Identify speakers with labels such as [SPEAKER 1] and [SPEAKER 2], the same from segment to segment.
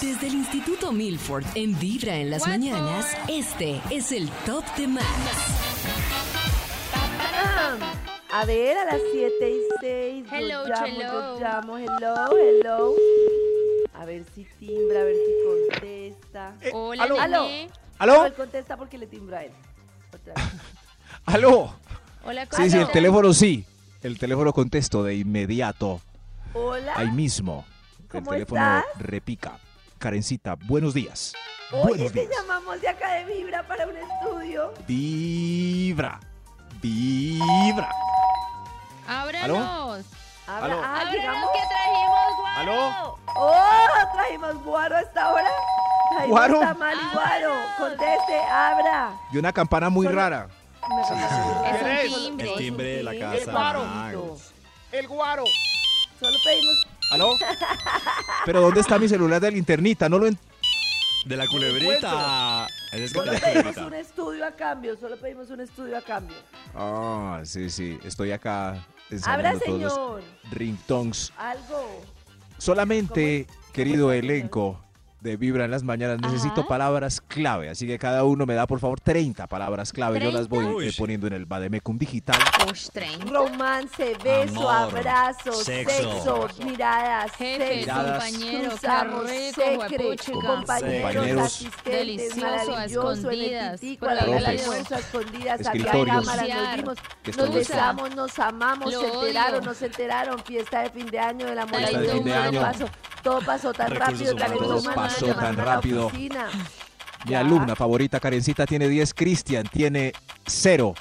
[SPEAKER 1] Desde el Instituto Milford, en Vibra en las Mañanas, este es el Top de Max.
[SPEAKER 2] A ver, a las 7 y 6.
[SPEAKER 3] Hello,
[SPEAKER 2] yo llamo,
[SPEAKER 3] hello.
[SPEAKER 2] Yo llamo, hello, hello. A ver si timbra, a ver si contesta.
[SPEAKER 4] Eh,
[SPEAKER 3] Hola,
[SPEAKER 4] aló.
[SPEAKER 3] nene.
[SPEAKER 2] No,
[SPEAKER 4] ¿Aló?
[SPEAKER 2] él contesta porque le timbra a él. Otra vez.
[SPEAKER 4] ¿Aló?
[SPEAKER 3] Hola, ¿cómo
[SPEAKER 4] Sí, sí, el
[SPEAKER 3] estás?
[SPEAKER 4] teléfono sí. El teléfono contesto de inmediato.
[SPEAKER 2] Hola.
[SPEAKER 4] Ahí mismo. El
[SPEAKER 2] ¿Cómo
[SPEAKER 4] teléfono
[SPEAKER 2] estás?
[SPEAKER 4] repica. Karencita, buenos días.
[SPEAKER 2] Oye,
[SPEAKER 4] buenos
[SPEAKER 2] te
[SPEAKER 4] días.
[SPEAKER 2] llamamos de acá de Vibra para un estudio.
[SPEAKER 4] Vibra. Vibra.
[SPEAKER 3] Ábranos.
[SPEAKER 2] Habla-
[SPEAKER 4] Aló.
[SPEAKER 2] Ah,
[SPEAKER 3] Ábranos
[SPEAKER 2] llegamos.
[SPEAKER 3] que trajimos guaro.
[SPEAKER 4] ¿Aló?
[SPEAKER 2] Oh, trajimos guaro hasta ahora. Trajimos
[SPEAKER 4] ¿Guaro?
[SPEAKER 2] tamal y guaro.
[SPEAKER 3] Ábranos.
[SPEAKER 2] Conteste, abra.
[SPEAKER 4] Y una campana muy
[SPEAKER 2] Solo-
[SPEAKER 4] rara.
[SPEAKER 2] Me parece muy
[SPEAKER 3] Es
[SPEAKER 2] raro.
[SPEAKER 3] un timbre.
[SPEAKER 5] El timbre de la
[SPEAKER 2] Es un
[SPEAKER 5] casa.
[SPEAKER 2] timbre.
[SPEAKER 4] El guaro.
[SPEAKER 2] Solo pedimos
[SPEAKER 4] ¿Aló? Pero ¿dónde está mi celular de linternita? No lo ent-
[SPEAKER 5] De la culebrita. Es que
[SPEAKER 2] Solo
[SPEAKER 5] la
[SPEAKER 2] pedimos un
[SPEAKER 5] culebrita.
[SPEAKER 2] estudio a cambio, solo pedimos un estudio a cambio.
[SPEAKER 4] Ah, sí, sí. Estoy acá.
[SPEAKER 2] Abra,
[SPEAKER 4] ensamblando todos los
[SPEAKER 2] señor,
[SPEAKER 4] Ringtones.
[SPEAKER 2] algo.
[SPEAKER 4] Solamente,
[SPEAKER 2] ¿Cómo es?
[SPEAKER 4] querido
[SPEAKER 2] ¿Cómo es, señor?
[SPEAKER 4] elenco de Vibra en las mañanas, necesito
[SPEAKER 3] Ajá.
[SPEAKER 4] palabras clave. Así que cada uno me da, por favor, 30 palabras clave. Yo las voy
[SPEAKER 5] ¿Treinta?
[SPEAKER 4] eh,
[SPEAKER 5] Uy.
[SPEAKER 4] poniendo en el Bademecum Digital.
[SPEAKER 3] Ush, tren.
[SPEAKER 2] Romance, beso,
[SPEAKER 5] Amor,
[SPEAKER 2] abrazo, sexo,
[SPEAKER 5] sexo.
[SPEAKER 2] miradas,
[SPEAKER 3] Jefe,
[SPEAKER 2] sexo.
[SPEAKER 4] Miradas.
[SPEAKER 3] compañero,
[SPEAKER 2] cruzamos,
[SPEAKER 3] carrico,
[SPEAKER 2] secre,
[SPEAKER 3] huepuchica.
[SPEAKER 2] compañeros,
[SPEAKER 4] Compañeros.
[SPEAKER 2] asistentes,
[SPEAKER 3] Delicioso, a
[SPEAKER 2] maravilloso, en el
[SPEAKER 3] escondidas,
[SPEAKER 2] titico, a la
[SPEAKER 4] profes,
[SPEAKER 2] hora del almuerzo, a escondidas, había
[SPEAKER 4] escritorios,
[SPEAKER 2] cámaras, nos vimos,
[SPEAKER 4] que
[SPEAKER 2] nos
[SPEAKER 4] estamos-
[SPEAKER 2] besamos, nos amamos,
[SPEAKER 3] Lo
[SPEAKER 2] se enteraron,
[SPEAKER 3] odio.
[SPEAKER 2] nos enteraron, fiesta de fin de año, del amor,
[SPEAKER 3] Fiesta
[SPEAKER 2] al
[SPEAKER 3] de fin
[SPEAKER 2] mundo,
[SPEAKER 3] de
[SPEAKER 2] todo
[SPEAKER 3] año.
[SPEAKER 2] pasó, todo pasó tan
[SPEAKER 5] Recursos
[SPEAKER 2] rápido,
[SPEAKER 5] humanos.
[SPEAKER 2] talento
[SPEAKER 4] Todo
[SPEAKER 2] humano,
[SPEAKER 4] pasó
[SPEAKER 2] llamaron
[SPEAKER 4] tan
[SPEAKER 2] a la
[SPEAKER 4] rápido.
[SPEAKER 2] oficina.
[SPEAKER 4] Mi
[SPEAKER 2] Ya.
[SPEAKER 4] alumna favorita, Karencita, tiene 10. Cristian tiene 0.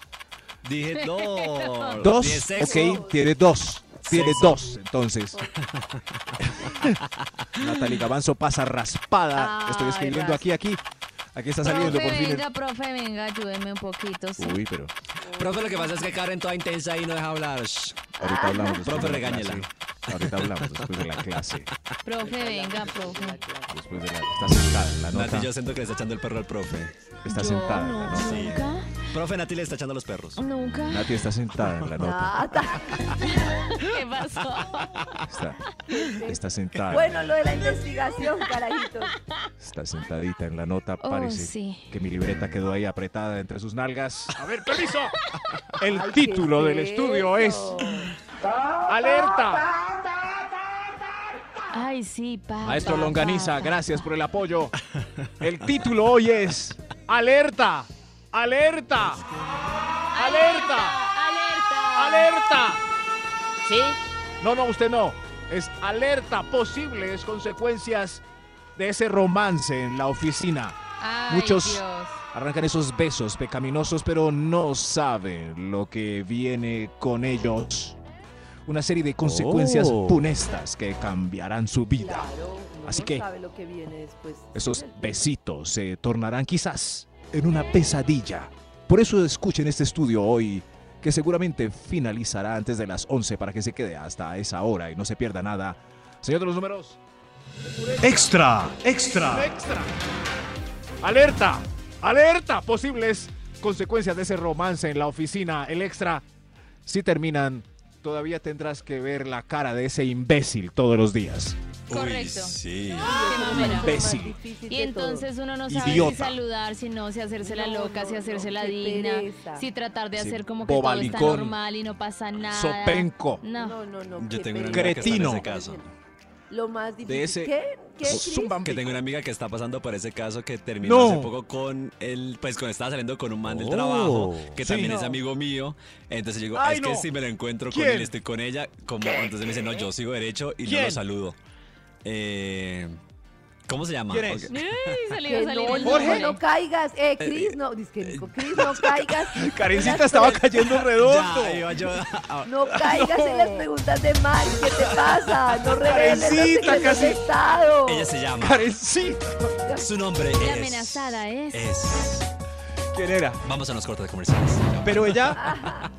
[SPEAKER 5] Dije dos.
[SPEAKER 4] 2.
[SPEAKER 5] Diez sexo.
[SPEAKER 4] Ok, tiene 2. Tiene
[SPEAKER 5] Sexo.
[SPEAKER 4] 2. Entonces. Natalie Gavanzo pasa raspada. Estoy
[SPEAKER 3] Ay,
[SPEAKER 4] escribiendo
[SPEAKER 3] ras-
[SPEAKER 4] aquí, aquí. Aquí está saliendo
[SPEAKER 3] Profe,
[SPEAKER 4] por fin. el-
[SPEAKER 3] venga, profe, venga, ayúdeme un poquito. sí.
[SPEAKER 4] Uy, pero
[SPEAKER 5] Profe, lo que pasa es que Karen toda intensa y no deja hablar. Shh.
[SPEAKER 4] ahorita hablamos. después
[SPEAKER 5] Profe,
[SPEAKER 4] de la
[SPEAKER 5] regáñela.
[SPEAKER 4] clase. Ahorita hablamos después de la clase.
[SPEAKER 3] Profe, venga, profe.
[SPEAKER 4] Después de la, está sentada en la nota.
[SPEAKER 5] Nati, yo siento que le está echando el perro al profe.
[SPEAKER 4] Está sentada en la nota.
[SPEAKER 3] Nunca,
[SPEAKER 5] Profe, Nati le está echando los perros.
[SPEAKER 3] nunca.
[SPEAKER 4] Nati está sentada en la nota.
[SPEAKER 2] Nata.
[SPEAKER 3] ¿Qué pasó?
[SPEAKER 4] Está, está sentada.
[SPEAKER 2] Ah. Bueno, lo de la investigación, carajito.
[SPEAKER 4] Está sentadita en la nota.
[SPEAKER 3] Oh,
[SPEAKER 4] Parece
[SPEAKER 3] sí.
[SPEAKER 4] que mi libreta quedó ahí apretada entre sus nalgas. A ver, permiso. El
[SPEAKER 2] Ay,
[SPEAKER 4] título
[SPEAKER 2] ¿qué
[SPEAKER 4] del estudio es
[SPEAKER 2] eso?
[SPEAKER 4] Alerta.
[SPEAKER 3] Ay, sí, pa.
[SPEAKER 4] Maestro
[SPEAKER 3] pa, pa,
[SPEAKER 4] Longaniza,
[SPEAKER 3] pa.
[SPEAKER 4] gracias por el apoyo. El título hoy es Alerta. Alerta. Alerta.
[SPEAKER 3] ¡Alerta!
[SPEAKER 4] Alerta.
[SPEAKER 3] ¿Sí?
[SPEAKER 4] No, no, usted no. Es alerta posibles consecuencias de ese romance en la oficina.
[SPEAKER 3] Ay,
[SPEAKER 4] Muchos
[SPEAKER 3] Dios.
[SPEAKER 4] arrancan esos besos pecaminosos, pero no saben lo que viene con ellos. Una serie de consecuencias
[SPEAKER 5] Oh.
[SPEAKER 4] punestas que cambiarán su vida.
[SPEAKER 2] Claro, uno
[SPEAKER 4] Así
[SPEAKER 2] no
[SPEAKER 4] que-
[SPEAKER 2] sabe lo que viene después.
[SPEAKER 4] Esos besitos se tornarán quizás en una pesadilla. Por eso escuchen este estudio hoy, que seguramente finalizará antes de las 11 para que se quede hasta esa hora y no se pierda nada. Señor de los números.
[SPEAKER 6] Extra, extra.
[SPEAKER 4] Extra. Alerta, alerta, posibles consecuencias de ese romance en la oficina. El extra, si terminan, todavía tendrás que ver la cara de ese imbécil todos los días.
[SPEAKER 5] Uy,
[SPEAKER 3] Correcto.
[SPEAKER 5] sí.
[SPEAKER 2] Ah,
[SPEAKER 3] Qué mamera.
[SPEAKER 4] imbécil.
[SPEAKER 3] Y entonces uno no sabe si
[SPEAKER 4] Idiota.
[SPEAKER 3] saludar, si no, si hacerse la
[SPEAKER 2] No,
[SPEAKER 3] loca,
[SPEAKER 2] no,
[SPEAKER 3] si hacerse la
[SPEAKER 2] no, qué
[SPEAKER 3] digna,
[SPEAKER 2] pereza.
[SPEAKER 3] si tratar de
[SPEAKER 4] Sí,
[SPEAKER 3] hacer como que todo
[SPEAKER 4] bobalicón.
[SPEAKER 3] está normal y no pasa nada.
[SPEAKER 4] Sopenco.
[SPEAKER 3] No.
[SPEAKER 2] No, no, no.
[SPEAKER 5] Yo
[SPEAKER 2] qué
[SPEAKER 5] tengo una
[SPEAKER 2] pena.
[SPEAKER 5] amiga que está en
[SPEAKER 4] Cretino.
[SPEAKER 5] ese caso.
[SPEAKER 2] Lo más difícil.
[SPEAKER 4] ese-
[SPEAKER 2] ¿Qué? ¿Qué, Cris?
[SPEAKER 5] Oh, Que tengo una amiga que está pasando por ese caso que terminó
[SPEAKER 4] No.
[SPEAKER 5] hace poco con el, pues con estaba saliendo con un man del
[SPEAKER 4] Oh.
[SPEAKER 5] trabajo, que
[SPEAKER 4] Sí.
[SPEAKER 5] también es
[SPEAKER 4] No.
[SPEAKER 5] amigo mío. Entonces yo digo,
[SPEAKER 4] Ay,
[SPEAKER 5] es
[SPEAKER 4] no.
[SPEAKER 5] que si me lo encuentro con
[SPEAKER 4] ¿Quién?
[SPEAKER 5] él, estoy con ella, como entonces me dice, no, yo sigo derecho y
[SPEAKER 4] ¿Quién?
[SPEAKER 5] no lo saludo. Eh, ¿Cómo se llama?
[SPEAKER 4] ¿Quién es?
[SPEAKER 5] Ok.
[SPEAKER 3] Ay, se le iba
[SPEAKER 2] Que
[SPEAKER 3] a salir
[SPEAKER 2] no,
[SPEAKER 3] el
[SPEAKER 2] Jorge,
[SPEAKER 3] nombre.
[SPEAKER 2] no caigas. Eh, Cris, no. Dice que dijo, Cris, no caigas. en las pre-
[SPEAKER 4] cayendo
[SPEAKER 5] Ya, iba yo a- a-
[SPEAKER 2] No caigas en las preguntas de Mari. ¿Qué te pasa? No reveles los
[SPEAKER 4] Karencita,
[SPEAKER 2] secretos
[SPEAKER 4] casi-
[SPEAKER 2] de Estado.
[SPEAKER 5] Ella se llama.
[SPEAKER 4] Karencita.
[SPEAKER 5] Su nombre
[SPEAKER 3] La
[SPEAKER 5] es-
[SPEAKER 3] amenazada es-
[SPEAKER 5] es
[SPEAKER 4] ¿Quién era?
[SPEAKER 5] Vamos a los cortes comerciales.
[SPEAKER 4] Pero ella.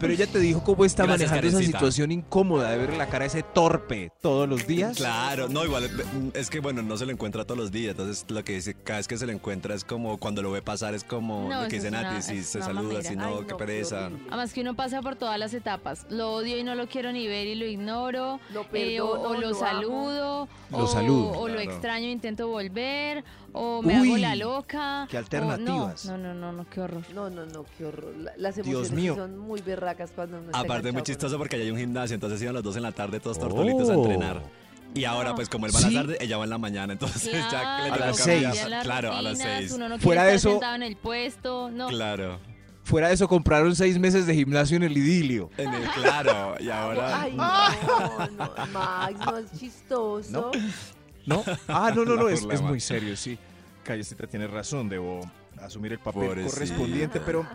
[SPEAKER 4] Pero ella te dijo cómo está
[SPEAKER 5] Gracias,
[SPEAKER 4] manejando esa
[SPEAKER 5] Karencita.
[SPEAKER 4] situación incómoda de ver la cara de ese torpe todos los días.
[SPEAKER 5] Claro, no, igual eh, es que bueno, no se lo encuentra todos los días, entonces lo que dice, cada vez que se lo encuentra es como cuando lo ve pasar, es como
[SPEAKER 3] No,
[SPEAKER 5] lo que
[SPEAKER 3] eso
[SPEAKER 5] dice
[SPEAKER 3] es una-
[SPEAKER 5] Nati, si
[SPEAKER 3] es
[SPEAKER 5] se
[SPEAKER 3] una
[SPEAKER 5] saluda,
[SPEAKER 3] mamera.
[SPEAKER 5] si no,
[SPEAKER 2] Ay,
[SPEAKER 5] qué
[SPEAKER 2] no, qué
[SPEAKER 5] pereza.
[SPEAKER 2] horrible.
[SPEAKER 3] Además que uno pasa por todas las etapas. Lo odio y no lo quiero ni ver y lo ignoro.
[SPEAKER 2] Lo
[SPEAKER 3] eh, o, o
[SPEAKER 2] perdono,
[SPEAKER 3] lo
[SPEAKER 2] lo
[SPEAKER 3] saludo.
[SPEAKER 4] Lo
[SPEAKER 3] o,
[SPEAKER 4] saludo,
[SPEAKER 3] O lo
[SPEAKER 5] claro.
[SPEAKER 3] extraño, intento volver. O me
[SPEAKER 4] Uy,
[SPEAKER 3] hago la loca.
[SPEAKER 4] qué
[SPEAKER 3] o-
[SPEAKER 4] alternativas.
[SPEAKER 3] no, no, no, no, qué horror.
[SPEAKER 2] No, no, no, qué horror. La- Las
[SPEAKER 4] Dios
[SPEAKER 2] emociones sí
[SPEAKER 4] mío.
[SPEAKER 2] son muy berracas cuando uno está
[SPEAKER 5] Aparte es muy
[SPEAKER 2] enganchado con-
[SPEAKER 5] chistoso porque allá hay un gimnasio, entonces iban los dos en la tarde todos tortolitos a
[SPEAKER 4] Oh.
[SPEAKER 5] entrenar. Y ahora
[SPEAKER 3] No.
[SPEAKER 5] pues como él va en
[SPEAKER 4] Sí.
[SPEAKER 5] la tarde, ella va en la mañana, entonces ya le
[SPEAKER 4] A
[SPEAKER 5] toca
[SPEAKER 4] las
[SPEAKER 5] cambiar.
[SPEAKER 4] seis.
[SPEAKER 5] Claro, a las seis.
[SPEAKER 3] Fuera de eso. sentado en el puesto. No,
[SPEAKER 5] Claro,
[SPEAKER 4] Fuera de eso, compraron seis meses de gimnasio en el idilio.
[SPEAKER 5] en el claro, y ahora... mm,
[SPEAKER 2] Ay, no, no, Max, no es chistoso.
[SPEAKER 4] ¿No? Ah, no, no,
[SPEAKER 5] La
[SPEAKER 4] no, es,
[SPEAKER 5] burla,
[SPEAKER 4] es
[SPEAKER 5] ma.
[SPEAKER 4] muy serio, sí. Callecita tiene razón, debo asumir el papel
[SPEAKER 5] Pobrecita.
[SPEAKER 4] correspondiente, pero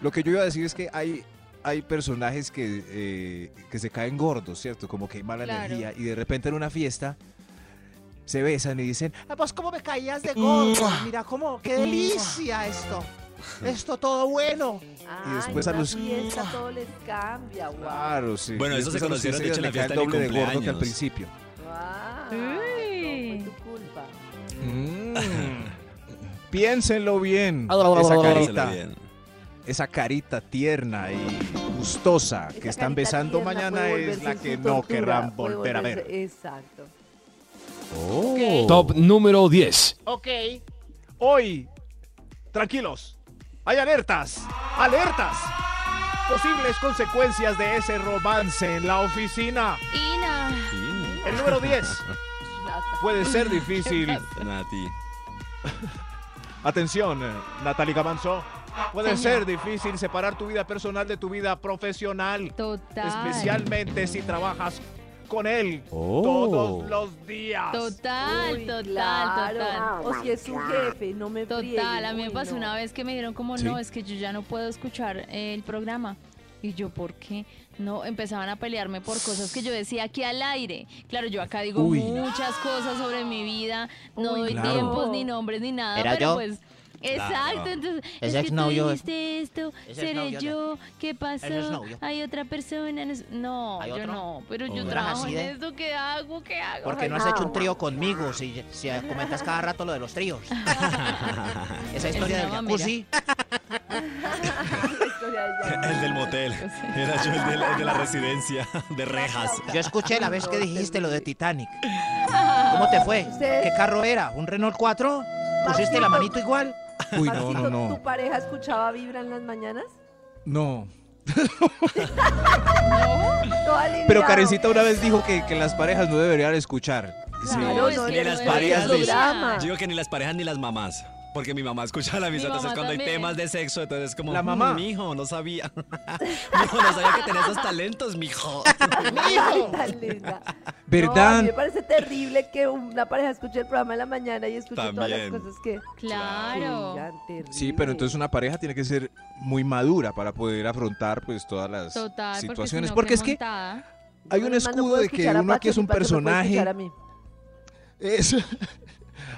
[SPEAKER 4] lo que yo iba a decir es que hay, hay personajes que, eh, que se caen gordos, ¿cierto? Como que hay mala
[SPEAKER 3] Claro.
[SPEAKER 4] energía y de repente en una fiesta se besan y dicen, Mm. "Ah, vos cómo me caías de gordo, mira cómo, qué delicia esto, esto todo bueno.
[SPEAKER 2] Ay,
[SPEAKER 4] después a
[SPEAKER 2] una
[SPEAKER 4] los-
[SPEAKER 2] fiesta todo les cambia, wow.
[SPEAKER 4] Claro, sí.
[SPEAKER 5] Bueno,
[SPEAKER 4] Y
[SPEAKER 5] eso se
[SPEAKER 4] después a los
[SPEAKER 5] conocieron, de
[SPEAKER 4] 15
[SPEAKER 5] hecho, en la
[SPEAKER 4] días le
[SPEAKER 5] fiesta
[SPEAKER 4] cae
[SPEAKER 5] de mi
[SPEAKER 4] el doble de gordo que al
[SPEAKER 5] cumpleaños.
[SPEAKER 4] principio.
[SPEAKER 2] Wow,
[SPEAKER 3] Uy.
[SPEAKER 2] no fue tu culpa.
[SPEAKER 4] Mm. Piénsenlo bien. Esa
[SPEAKER 5] Piénselo
[SPEAKER 4] carita,
[SPEAKER 5] bien.
[SPEAKER 4] esa carita tierna y gustosa
[SPEAKER 2] Esa
[SPEAKER 4] que están
[SPEAKER 2] carita
[SPEAKER 4] besando
[SPEAKER 2] tierna
[SPEAKER 4] mañana
[SPEAKER 2] puede
[SPEAKER 4] es
[SPEAKER 2] volverse
[SPEAKER 4] la
[SPEAKER 2] en
[SPEAKER 4] que
[SPEAKER 2] su
[SPEAKER 4] no
[SPEAKER 2] tortura,
[SPEAKER 4] querrán
[SPEAKER 2] puede
[SPEAKER 4] volver a ver.
[SPEAKER 2] volverse- Exacto.
[SPEAKER 7] Top número 10.
[SPEAKER 6] Ok. Hoy, tranquilos, hay alertas, alertas. Posibles consecuencias de ese romance en la oficina.
[SPEAKER 3] Ina.
[SPEAKER 5] Sí,
[SPEAKER 6] El número 10.
[SPEAKER 4] Puede ser difícil.
[SPEAKER 5] Nati.
[SPEAKER 4] Atención, Natalia Gamanzo. Puede
[SPEAKER 3] Señor.
[SPEAKER 4] ser difícil separar tu vida personal de tu vida profesional,
[SPEAKER 3] Total.
[SPEAKER 4] especialmente si trabajas con él
[SPEAKER 7] Oh.
[SPEAKER 4] todos los días.
[SPEAKER 3] Total,
[SPEAKER 2] Uy,
[SPEAKER 3] total,
[SPEAKER 2] claro.
[SPEAKER 3] total.
[SPEAKER 2] O si es su jefe, no me
[SPEAKER 3] Total,
[SPEAKER 2] friegue.
[SPEAKER 3] a mí me
[SPEAKER 2] Uy,
[SPEAKER 3] pasó
[SPEAKER 2] no.
[SPEAKER 3] una vez que me dijeron como,
[SPEAKER 4] Sí.
[SPEAKER 3] no, es que yo ya no puedo escuchar eh, el programa. Y yo, ¿por qué? No, empezaban a pelearme por cosas que yo decía aquí al aire. Claro, yo acá digo
[SPEAKER 4] Uy.
[SPEAKER 3] muchas cosas sobre mi vida, no
[SPEAKER 2] Uy,
[SPEAKER 3] doy
[SPEAKER 4] claro.
[SPEAKER 3] tiempos, ni nombres, ni nada,
[SPEAKER 8] ¿Era
[SPEAKER 3] pero
[SPEAKER 8] yo?
[SPEAKER 3] pues...
[SPEAKER 5] Claro.
[SPEAKER 3] Exacto, entonces,
[SPEAKER 8] Ese
[SPEAKER 3] es que tú
[SPEAKER 8] exnovio-
[SPEAKER 3] dijiste esto,
[SPEAKER 8] ese
[SPEAKER 3] seré
[SPEAKER 8] exnovio de-
[SPEAKER 3] yo, ¿qué pasó?
[SPEAKER 8] exnovio.
[SPEAKER 3] Hay otra persona, no sé- no,
[SPEAKER 8] ¿Hay
[SPEAKER 3] yo
[SPEAKER 8] otro?
[SPEAKER 3] no, pero yo
[SPEAKER 5] Hombre.
[SPEAKER 3] trabajo
[SPEAKER 8] ¿Así
[SPEAKER 3] en
[SPEAKER 8] de?
[SPEAKER 3] esto, ¿qué hago? ¿Qué hago?
[SPEAKER 8] Porque no has hecho un trío conmigo, si, si comentas cada rato lo de los tríos. Esa historia
[SPEAKER 3] Es
[SPEAKER 8] del
[SPEAKER 3] una
[SPEAKER 8] jacuzzi.
[SPEAKER 2] La historia de ella.
[SPEAKER 5] El del motel. Era yo el de la, el de la residencia de rejas.
[SPEAKER 8] Yo escuché la vez que dijiste lo de Titanic. ¿Cómo te fue?
[SPEAKER 2] Ustedes-
[SPEAKER 8] ¿Qué carro era? ¿Un Renault 4? ¿Pusiste la manito igual?
[SPEAKER 4] Uy, no, no,
[SPEAKER 2] Maxito,
[SPEAKER 4] no.
[SPEAKER 2] ¿Tu pareja escuchaba Vibra en las mañanas?
[SPEAKER 4] No.
[SPEAKER 2] Todo alineado.
[SPEAKER 4] Pero Karencita una vez dijo que, que las parejas no deberían escuchar. Sí.
[SPEAKER 2] Claro, no,
[SPEAKER 5] Ni
[SPEAKER 2] no,
[SPEAKER 5] las
[SPEAKER 2] no, no,
[SPEAKER 5] parejas,
[SPEAKER 2] no,
[SPEAKER 5] dice.
[SPEAKER 2] programa.
[SPEAKER 5] Yo digo que ni las parejas ni las mamás. Porque mi mamá escucha la misa,
[SPEAKER 3] Mi
[SPEAKER 5] entonces
[SPEAKER 3] mamá
[SPEAKER 5] cuando hay
[SPEAKER 3] también.
[SPEAKER 5] temas de sexo, entonces es como... "Mm,
[SPEAKER 4] La mamá.
[SPEAKER 5] Mi hijo, no sabía. mijo, no sabía que tenía esos talentos, mijo.
[SPEAKER 2] Ay, tan linda. No, a
[SPEAKER 4] ¿Verdad?
[SPEAKER 2] mí me parece terrible que una pareja escuche el programa en la mañana y escuche todas las
[SPEAKER 5] También.
[SPEAKER 2] cosas que.
[SPEAKER 3] Claro.
[SPEAKER 2] Oigan, terrible.
[SPEAKER 4] Sí, pero entonces una pareja tiene que ser muy madura para poder afrontar pues todas las
[SPEAKER 3] Total,
[SPEAKER 4] situaciones.
[SPEAKER 3] porque,
[SPEAKER 4] Porque,
[SPEAKER 3] si no, qué
[SPEAKER 4] es que
[SPEAKER 3] montada.
[SPEAKER 4] hay
[SPEAKER 2] Yo
[SPEAKER 4] un
[SPEAKER 2] nomás no
[SPEAKER 4] escudo
[SPEAKER 2] puedo
[SPEAKER 4] de que
[SPEAKER 2] escuchar a
[SPEAKER 4] uno aquí
[SPEAKER 2] Pacho,
[SPEAKER 4] es un
[SPEAKER 2] ni Pacho me puede
[SPEAKER 4] personaje.
[SPEAKER 2] escuchar a mí.
[SPEAKER 4] es-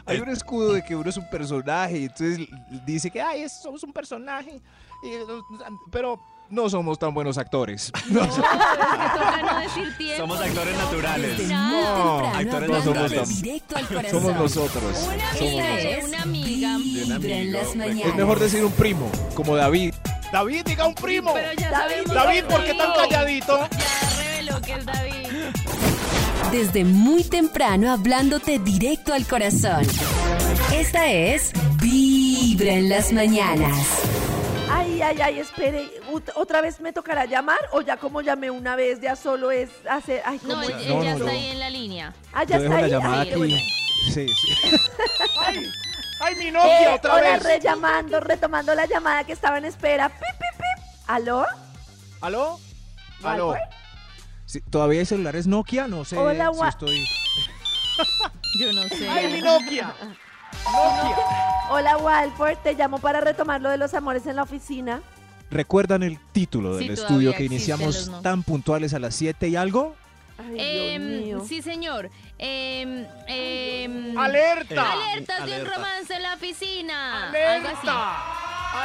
[SPEAKER 4] hay un escudo de que uno es un personaje y entonces dice que ay es- somos un personaje, y- pero no somos tan buenos actores. No,
[SPEAKER 3] No, pero es que toca no decir tiempo.
[SPEAKER 5] Somos actores
[SPEAKER 3] no,
[SPEAKER 5] naturales.
[SPEAKER 1] Desde muy
[SPEAKER 4] No,
[SPEAKER 1] temprano
[SPEAKER 5] actores
[SPEAKER 4] no
[SPEAKER 1] hablando
[SPEAKER 4] somos tan-
[SPEAKER 1] directo al corazón.
[SPEAKER 4] somos nosotros.
[SPEAKER 3] Una
[SPEAKER 4] Somos
[SPEAKER 3] amiga
[SPEAKER 4] nosotros.
[SPEAKER 3] de una amiga.
[SPEAKER 1] Vibra en las mañanas.
[SPEAKER 4] Es mejor decir un primo, como David. David, diga un primo.
[SPEAKER 3] Pero ya
[SPEAKER 2] David,
[SPEAKER 3] sabemos
[SPEAKER 4] David,
[SPEAKER 3] que
[SPEAKER 4] ¿por qué
[SPEAKER 3] es
[SPEAKER 4] tan
[SPEAKER 3] David.
[SPEAKER 4] calladito?
[SPEAKER 3] Ya reveló que es David.
[SPEAKER 1] Desde muy temprano hablándote directo al corazón. Esta es Vibra en las mañanas.
[SPEAKER 2] Ay, ay, ay, espere. ut- ¿Otra vez me tocará llamar? ¿O ya como llamé una vez, ya solo es hacer. Ay,
[SPEAKER 3] No,
[SPEAKER 2] ¿cómo
[SPEAKER 3] él,
[SPEAKER 2] es?
[SPEAKER 3] él
[SPEAKER 4] No,
[SPEAKER 3] ya
[SPEAKER 4] no,
[SPEAKER 3] está
[SPEAKER 4] no.
[SPEAKER 3] ahí en la línea.
[SPEAKER 2] Ah, ya
[SPEAKER 4] Yo dejo
[SPEAKER 2] está
[SPEAKER 4] la
[SPEAKER 2] ahí.
[SPEAKER 4] llamada
[SPEAKER 2] Ay, qué
[SPEAKER 4] aquí.
[SPEAKER 2] bueno.
[SPEAKER 4] Sí, sí.
[SPEAKER 6] ¡Ay, mi
[SPEAKER 2] Eh,
[SPEAKER 6] novia otra
[SPEAKER 2] hola,
[SPEAKER 6] vez!
[SPEAKER 2] rellamando, retomando la llamada que estaba en espera. Pip, pip, pip. ¿Aló?
[SPEAKER 4] ¿Aló? ¿Aló?
[SPEAKER 2] ¿Aló?
[SPEAKER 4] Sí, ¿Todavía hay celulares Nokia? No sé
[SPEAKER 2] Hola,
[SPEAKER 4] si
[SPEAKER 2] gua-
[SPEAKER 4] estoy...
[SPEAKER 3] Yo no sé.
[SPEAKER 6] ¡Ay, mi Nokia! ¡Nokia!
[SPEAKER 2] Hola, Walford. Te llamo para retomar lo de los amores en la oficina.
[SPEAKER 4] ¿Recuerdan el título
[SPEAKER 3] Sí,
[SPEAKER 4] del
[SPEAKER 3] todavía
[SPEAKER 4] estudio que
[SPEAKER 3] existen
[SPEAKER 4] iniciamos
[SPEAKER 3] los Nokia.
[SPEAKER 4] tan puntuales a las 7 y algo?
[SPEAKER 2] Ay,
[SPEAKER 3] Em,
[SPEAKER 2] Dios mío.
[SPEAKER 3] sí, señor. Em, em,
[SPEAKER 6] ¡Alerta!
[SPEAKER 3] Alertas de un
[SPEAKER 5] Alerta.
[SPEAKER 3] romance en la oficina. Ah, Algo así.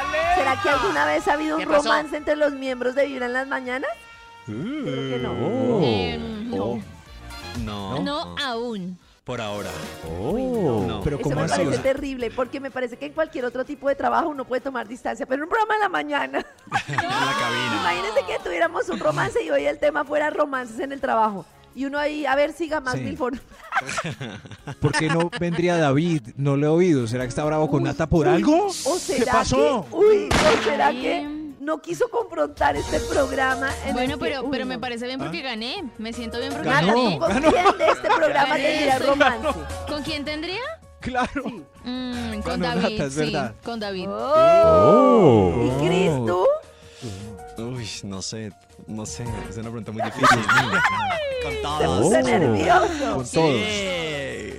[SPEAKER 6] ¡Alerta!
[SPEAKER 2] ¿Será que alguna vez ha habido un
[SPEAKER 8] ¿Qué pasó?
[SPEAKER 2] romance entre los miembros de Vibra en las mañanas? Creo que no.
[SPEAKER 4] Uh,
[SPEAKER 3] Eh,
[SPEAKER 5] Oh,
[SPEAKER 3] no.
[SPEAKER 5] No.
[SPEAKER 3] No aún.
[SPEAKER 5] Por ahora.
[SPEAKER 4] Oh,
[SPEAKER 5] no.
[SPEAKER 4] pero
[SPEAKER 2] Eso
[SPEAKER 4] ¿cómo
[SPEAKER 2] me
[SPEAKER 4] así? O
[SPEAKER 2] parece
[SPEAKER 4] sea,
[SPEAKER 2] terrible, porque me parece que en cualquier otro tipo de trabajo uno puede tomar distancia, pero en un programa en la mañana.
[SPEAKER 5] En la cabina.
[SPEAKER 2] Imagínense que tuviéramos un romance y hoy el tema fuera romances en el trabajo. Y uno ahí, a ver, siga más
[SPEAKER 4] Sí.
[SPEAKER 2] Milford.
[SPEAKER 4] ¿Por qué no vendría David? No le he oído. ¿Será que está bravo con Nata por algo?
[SPEAKER 2] ¿O será
[SPEAKER 4] ¿Qué pasó?
[SPEAKER 2] Que, uy, ¿o será
[SPEAKER 3] Ay.
[SPEAKER 2] que no quiso confrontar este programa? en
[SPEAKER 3] Bueno,
[SPEAKER 2] el que-
[SPEAKER 3] pero,
[SPEAKER 2] uy,
[SPEAKER 3] pero me
[SPEAKER 2] no.
[SPEAKER 3] parece bien porque
[SPEAKER 5] ¿Ah?
[SPEAKER 3] gané. Me siento bien porque
[SPEAKER 4] Ganó.
[SPEAKER 3] gané.
[SPEAKER 2] ¿Con quién de este programa
[SPEAKER 3] Gané,
[SPEAKER 2] tendría
[SPEAKER 3] soy-
[SPEAKER 2] romance?
[SPEAKER 3] ¿Con quién tendría?
[SPEAKER 4] Claro.
[SPEAKER 3] Mm,
[SPEAKER 4] Ganó
[SPEAKER 3] con
[SPEAKER 4] Nata,
[SPEAKER 3] David.
[SPEAKER 4] es
[SPEAKER 3] sí,
[SPEAKER 4] verdad.
[SPEAKER 3] con David.
[SPEAKER 4] Oh.
[SPEAKER 2] ¿Y Cris, tú?
[SPEAKER 5] Uy, no sé, no sé. Es una pregunta muy difícil. Con
[SPEAKER 2] Te
[SPEAKER 5] todos.
[SPEAKER 2] puse
[SPEAKER 4] Oh.
[SPEAKER 2] nervioso.
[SPEAKER 4] Con todos.
[SPEAKER 5] Sí.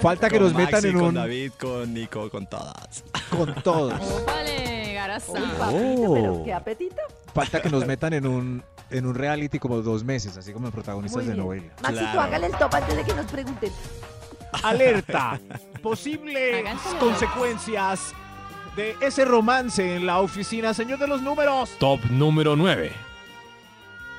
[SPEAKER 4] Falta que
[SPEAKER 5] Con
[SPEAKER 4] nos metan
[SPEAKER 5] Maxi,
[SPEAKER 4] en
[SPEAKER 5] con
[SPEAKER 4] un.
[SPEAKER 5] David, con Nico, con todas.
[SPEAKER 4] Con todos.
[SPEAKER 3] Vale, garaza.
[SPEAKER 2] Uy, papito,
[SPEAKER 4] Oh.
[SPEAKER 2] pero qué apetito.
[SPEAKER 4] Falta que nos metan en un en un reality como dos meses, así como en protagonistas de novela.
[SPEAKER 2] Maxi, tú
[SPEAKER 5] Claro.
[SPEAKER 2] hágale el top antes de que nos pregunten.
[SPEAKER 6] Alerta. Posibles
[SPEAKER 3] Háganselo.
[SPEAKER 6] consecuencias de ese romance en la oficina. Señor de los números,
[SPEAKER 7] Top número 9.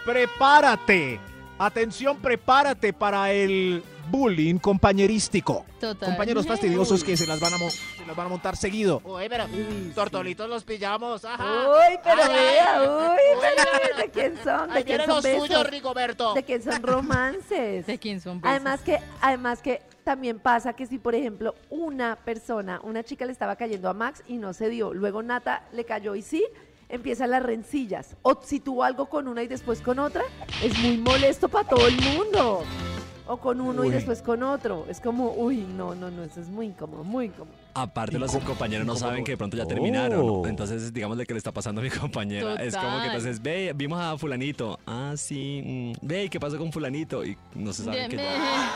[SPEAKER 6] prepárate. Atención, prepárate para el bullying compañerístico.
[SPEAKER 3] Total.
[SPEAKER 6] Compañeros fastidiosos que se las van a, mo- se las van a montar seguido.
[SPEAKER 8] Uy, pero tortolitos los pillamos. Ajá.
[SPEAKER 2] Uy, pero
[SPEAKER 8] Ay,
[SPEAKER 2] vea, uy,
[SPEAKER 8] Uy,
[SPEAKER 2] pero ¿de quién son? ¿De
[SPEAKER 8] Ahí
[SPEAKER 2] quién
[SPEAKER 8] vienen
[SPEAKER 2] son
[SPEAKER 8] los
[SPEAKER 2] besos?
[SPEAKER 8] suyos, Rigoberto.
[SPEAKER 2] ¿De quién son romances?
[SPEAKER 3] ¿De quién son? besos?
[SPEAKER 2] Además que, además que también pasa que si, por ejemplo, una persona, una chica le estaba cayendo a Max y no se dio, luego Nata le cayó y sí, empiezan las rencillas. O si tuvo algo con una y después con otra, es muy molesto para todo el mundo. O con uno y
[SPEAKER 4] Uy.
[SPEAKER 2] después con otro. Es como, uy, no, no, no, eso es muy incómodo, muy incómodo.
[SPEAKER 5] Aparte, los compañeros no saben que de pronto ya terminaron. Entonces, digamos de que le está pasando a mi compañera. Es como que
[SPEAKER 3] Total.
[SPEAKER 5] entonces, ve, vimos a Fulanito. Ah, sí. mm, Ve, ¿qué pasó con Fulanito? Y no se sabe
[SPEAKER 3] De-
[SPEAKER 5] que
[SPEAKER 3] me-
[SPEAKER 5] ya,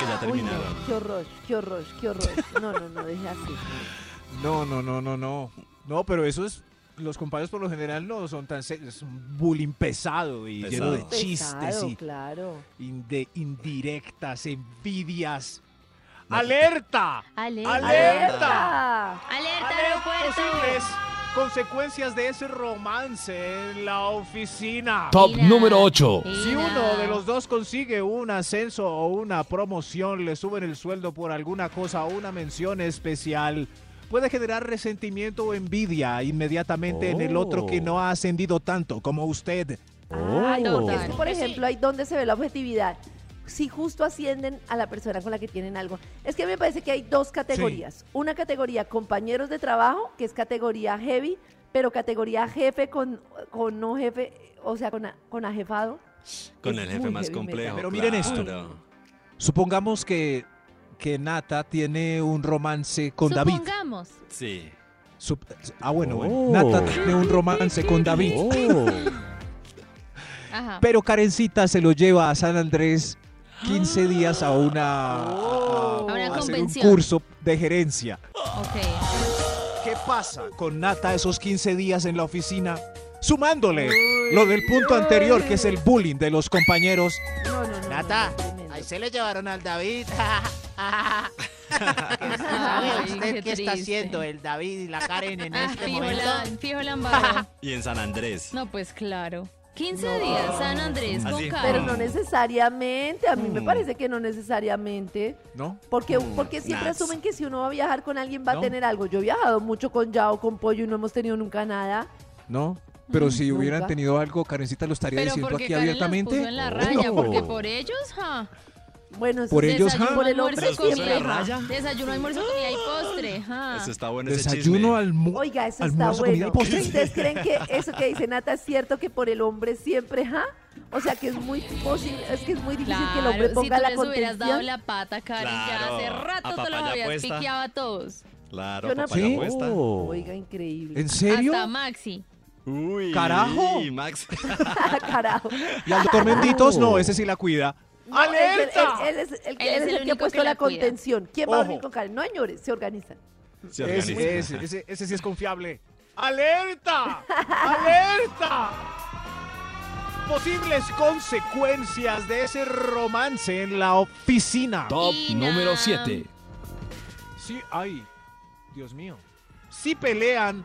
[SPEAKER 5] que ya
[SPEAKER 2] Uy, no,
[SPEAKER 5] terminaron.
[SPEAKER 2] qué horror, qué horror, qué horror. No, no, no, deje así.
[SPEAKER 4] No, no, no, no, no. No, pero eso es los compañeros por lo general no son tan serios, es un bullying pesado y
[SPEAKER 5] Pesado.
[SPEAKER 4] lleno de chistes
[SPEAKER 2] Pesado,
[SPEAKER 4] y
[SPEAKER 2] claro.
[SPEAKER 4] in- de indirectas, envidias.
[SPEAKER 6] ¡Alerta!
[SPEAKER 3] Alerta.
[SPEAKER 6] ¡Alerta!
[SPEAKER 3] Alerta,
[SPEAKER 6] Alerta, posibles
[SPEAKER 3] aeropuerto.
[SPEAKER 6] consecuencias de ese romance en la oficina.
[SPEAKER 7] Top
[SPEAKER 3] Mira,
[SPEAKER 7] número 8.
[SPEAKER 3] mira.
[SPEAKER 6] Si uno de los dos consigue un ascenso o una promoción, le suben el sueldo por alguna cosa o una mención especial, puede generar resentimiento o envidia inmediatamente en el otro que
[SPEAKER 4] Oh.
[SPEAKER 6] no ha ascendido tanto como usted.
[SPEAKER 3] Oh.
[SPEAKER 2] Ay, pues porque es
[SPEAKER 3] Ah, Total.
[SPEAKER 2] que, por ejemplo, ahí donde se ve la objetividad. Si justo ascienden a la persona con la que tienen algo. Es que me parece que hay dos categorías. Una categoría compañeros de trabajo, que es categoría heavy, pero categoría jefe con, con no jefe, o sea, con, a- con ajefado.
[SPEAKER 5] Con
[SPEAKER 2] Es
[SPEAKER 5] el jefe
[SPEAKER 2] muy
[SPEAKER 5] más
[SPEAKER 2] heavy metal.
[SPEAKER 5] complejo.
[SPEAKER 4] Pero miren esto.
[SPEAKER 5] claro.
[SPEAKER 4] Supongamos que que Nata tiene un romance con David.
[SPEAKER 3] Supongamos.
[SPEAKER 5] Sí.
[SPEAKER 4] Sup- ah, bueno, bueno. Nata tiene un romance con David.
[SPEAKER 3] Ajá.
[SPEAKER 4] Pero Karencita se lo lleva a San Andrés 15 días a una, a-
[SPEAKER 3] Oh. A una
[SPEAKER 4] a hacer un
[SPEAKER 3] convención.
[SPEAKER 4] curso de gerencia.
[SPEAKER 3] Ok.
[SPEAKER 4] ¿Qué pasa con Nata esos 15 días en la oficina? Sumándole lo del punto anterior, que es el bullying de los compañeros.
[SPEAKER 2] No, no, no, no.
[SPEAKER 8] Nata,
[SPEAKER 2] no, tremendo.
[SPEAKER 8] ahí se le llevaron al David.
[SPEAKER 6] Ah,
[SPEAKER 8] ¿Sabe
[SPEAKER 3] Ay,
[SPEAKER 8] usted
[SPEAKER 3] qué
[SPEAKER 8] qué, está
[SPEAKER 3] triste.
[SPEAKER 8] haciendo el David y la Karen en
[SPEAKER 3] Ah,
[SPEAKER 8] este
[SPEAKER 3] fijo,
[SPEAKER 8] momento?
[SPEAKER 3] la, fijo el embarró.
[SPEAKER 5] Y en San Andrés.
[SPEAKER 3] No, pues claro. 15 días, San Andrés,
[SPEAKER 5] Así
[SPEAKER 3] con
[SPEAKER 5] es.
[SPEAKER 3] Karen.
[SPEAKER 2] Pero no necesariamente, a mí me parece que no necesariamente.
[SPEAKER 4] ¿No?
[SPEAKER 2] Porque, porque siempre
[SPEAKER 5] Nats.
[SPEAKER 2] asumen que si uno va a viajar con alguien va
[SPEAKER 4] No.
[SPEAKER 2] a tener algo. Yo he viajado mucho con Yao, con Pollo y no hemos tenido nunca nada.
[SPEAKER 4] ¿No? Pero si
[SPEAKER 2] nunca.
[SPEAKER 4] hubieran tenido algo, Karencita lo estaría
[SPEAKER 3] Pero
[SPEAKER 4] diciendo
[SPEAKER 3] porque
[SPEAKER 4] aquí
[SPEAKER 3] Karen los
[SPEAKER 4] abiertamente.
[SPEAKER 3] puso en la raya, porque
[SPEAKER 4] No.
[SPEAKER 3] por ellos, ja.
[SPEAKER 2] Bueno,
[SPEAKER 4] Por
[SPEAKER 2] sí,
[SPEAKER 4] ellos,
[SPEAKER 3] Desayuno,
[SPEAKER 4] ja.
[SPEAKER 2] por ah. el hombre
[SPEAKER 3] almuerzo,
[SPEAKER 5] Los puso en la
[SPEAKER 3] comida.
[SPEAKER 5] raya.
[SPEAKER 3] Desayuno, almuerzo, comida y postre,
[SPEAKER 2] Ah.
[SPEAKER 3] ja.
[SPEAKER 5] Eso está bueno ese
[SPEAKER 4] Desayuno,
[SPEAKER 5] chisme.
[SPEAKER 4] almu-
[SPEAKER 2] Oiga, eso
[SPEAKER 4] almuerzo,
[SPEAKER 2] está
[SPEAKER 4] comida y
[SPEAKER 2] bueno.
[SPEAKER 4] postre.
[SPEAKER 2] ¿Ustedes creen que eso que dice Nata es cierto que por el hombre siempre, ja? O sea, que es muy posible, es que es muy difícil que el hombre
[SPEAKER 3] Claro, si
[SPEAKER 2] ponga
[SPEAKER 3] tú
[SPEAKER 2] la
[SPEAKER 3] les hubieras dado
[SPEAKER 2] contención.
[SPEAKER 3] la pata, Karen, ya
[SPEAKER 5] Claro,
[SPEAKER 3] hace
[SPEAKER 5] a
[SPEAKER 3] rato te los
[SPEAKER 5] papaya
[SPEAKER 3] habías
[SPEAKER 5] puesta.
[SPEAKER 3] piqueado a todos.
[SPEAKER 5] Claro,
[SPEAKER 2] Yo no-
[SPEAKER 5] papá
[SPEAKER 4] ¿Sí?
[SPEAKER 5] apuesta.
[SPEAKER 4] Oh,
[SPEAKER 2] Oiga, increíble.
[SPEAKER 4] ¿En serio?
[SPEAKER 3] Hasta Maxi.
[SPEAKER 5] Uy.
[SPEAKER 4] Carajo.
[SPEAKER 5] Max.
[SPEAKER 2] Carajo.
[SPEAKER 4] ¿Y al doctor Menditos? No, ese sí la cuida.
[SPEAKER 2] No, él- él-
[SPEAKER 6] ¡Alerta!
[SPEAKER 2] Él, él es el, que- él es el que ha
[SPEAKER 3] único
[SPEAKER 2] puesto
[SPEAKER 3] que
[SPEAKER 2] la,
[SPEAKER 3] la cuida.
[SPEAKER 2] contención. ¿Quién va a dormir
[SPEAKER 6] Ojo.
[SPEAKER 2] con Karen? No, señores, se organizan.
[SPEAKER 5] Se
[SPEAKER 4] Ese,
[SPEAKER 5] organiza.
[SPEAKER 4] ese, ese.
[SPEAKER 6] Ese, ese sí es confiable. ¡Alerta! ¡Alerta! Posibles consecuencias de ese romance en la oficina.
[SPEAKER 7] Top
[SPEAKER 3] Ina.
[SPEAKER 7] número 7.
[SPEAKER 6] Sí, ay,
[SPEAKER 4] Dios mío.
[SPEAKER 6] si pelean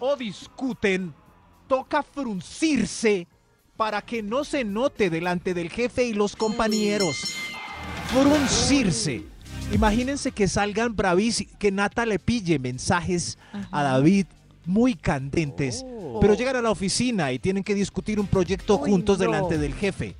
[SPEAKER 6] o discuten, toca fruncirse para que no se note delante del jefe y los compañeros. Fruncirse. Imagínense que salgan bravis, que Nata le pille mensajes a David muy candentes, pero llegan a la oficina y tienen que discutir un proyecto
[SPEAKER 2] Oh. Uy,
[SPEAKER 6] juntos
[SPEAKER 2] no.
[SPEAKER 6] delante del jefe.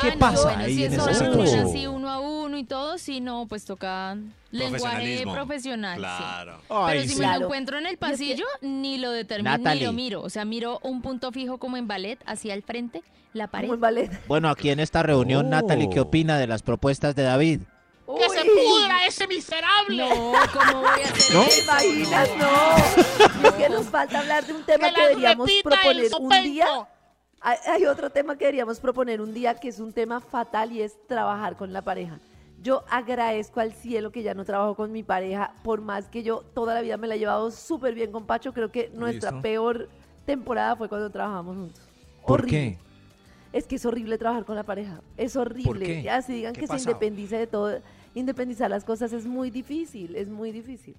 [SPEAKER 6] ¿Qué
[SPEAKER 3] Ah, no,
[SPEAKER 6] pasa
[SPEAKER 3] bueno,
[SPEAKER 6] ahí
[SPEAKER 3] si
[SPEAKER 6] en
[SPEAKER 3] es
[SPEAKER 6] esa
[SPEAKER 3] una reunión
[SPEAKER 6] situación?
[SPEAKER 3] así uno a uno y todo, sí, no, pues toca lenguaje
[SPEAKER 5] Profesionalismo.
[SPEAKER 3] profesional. sí.
[SPEAKER 5] Claro.
[SPEAKER 3] Pero
[SPEAKER 6] Ay,
[SPEAKER 3] si
[SPEAKER 6] sí.
[SPEAKER 3] me
[SPEAKER 2] Claro.
[SPEAKER 3] lo encuentro en el pasillo, ni lo determino, ni
[SPEAKER 8] Natalie.
[SPEAKER 3] lo miro. O sea, miro un punto fijo como en ballet, hacia el frente, la pared.
[SPEAKER 2] Como en ballet.
[SPEAKER 8] Bueno, aquí en esta reunión,
[SPEAKER 5] Oh.
[SPEAKER 8] Natalie, ¿qué opina de las propuestas de David?
[SPEAKER 2] ¡Que se
[SPEAKER 3] No, ¿cómo voy a hacer
[SPEAKER 2] ¿Te
[SPEAKER 3] eso?
[SPEAKER 2] imaginas? No. Es que nos falta hablar de un tema que deberíamos proponer un día. Hay, hay otro tema que deberíamos proponer un día que es un tema fatal y es trabajar con la pareja. Yo agradezco al cielo que ya no trabajo con mi pareja, por más que yo toda la vida me la he llevado súper bien con Pacho. Creo que nuestra
[SPEAKER 5] Listo.
[SPEAKER 2] peor temporada fue cuando trabajamos juntos.
[SPEAKER 4] ¿Por
[SPEAKER 2] Horrible.
[SPEAKER 4] qué?
[SPEAKER 2] Es que es horrible trabajar con la pareja. Es horrible.
[SPEAKER 4] qué?
[SPEAKER 2] Ya si digan
[SPEAKER 4] ¿Qué
[SPEAKER 2] que se
[SPEAKER 4] pasaba?
[SPEAKER 2] independice de todo, independizar las cosas es muy difícil, es muy difícil.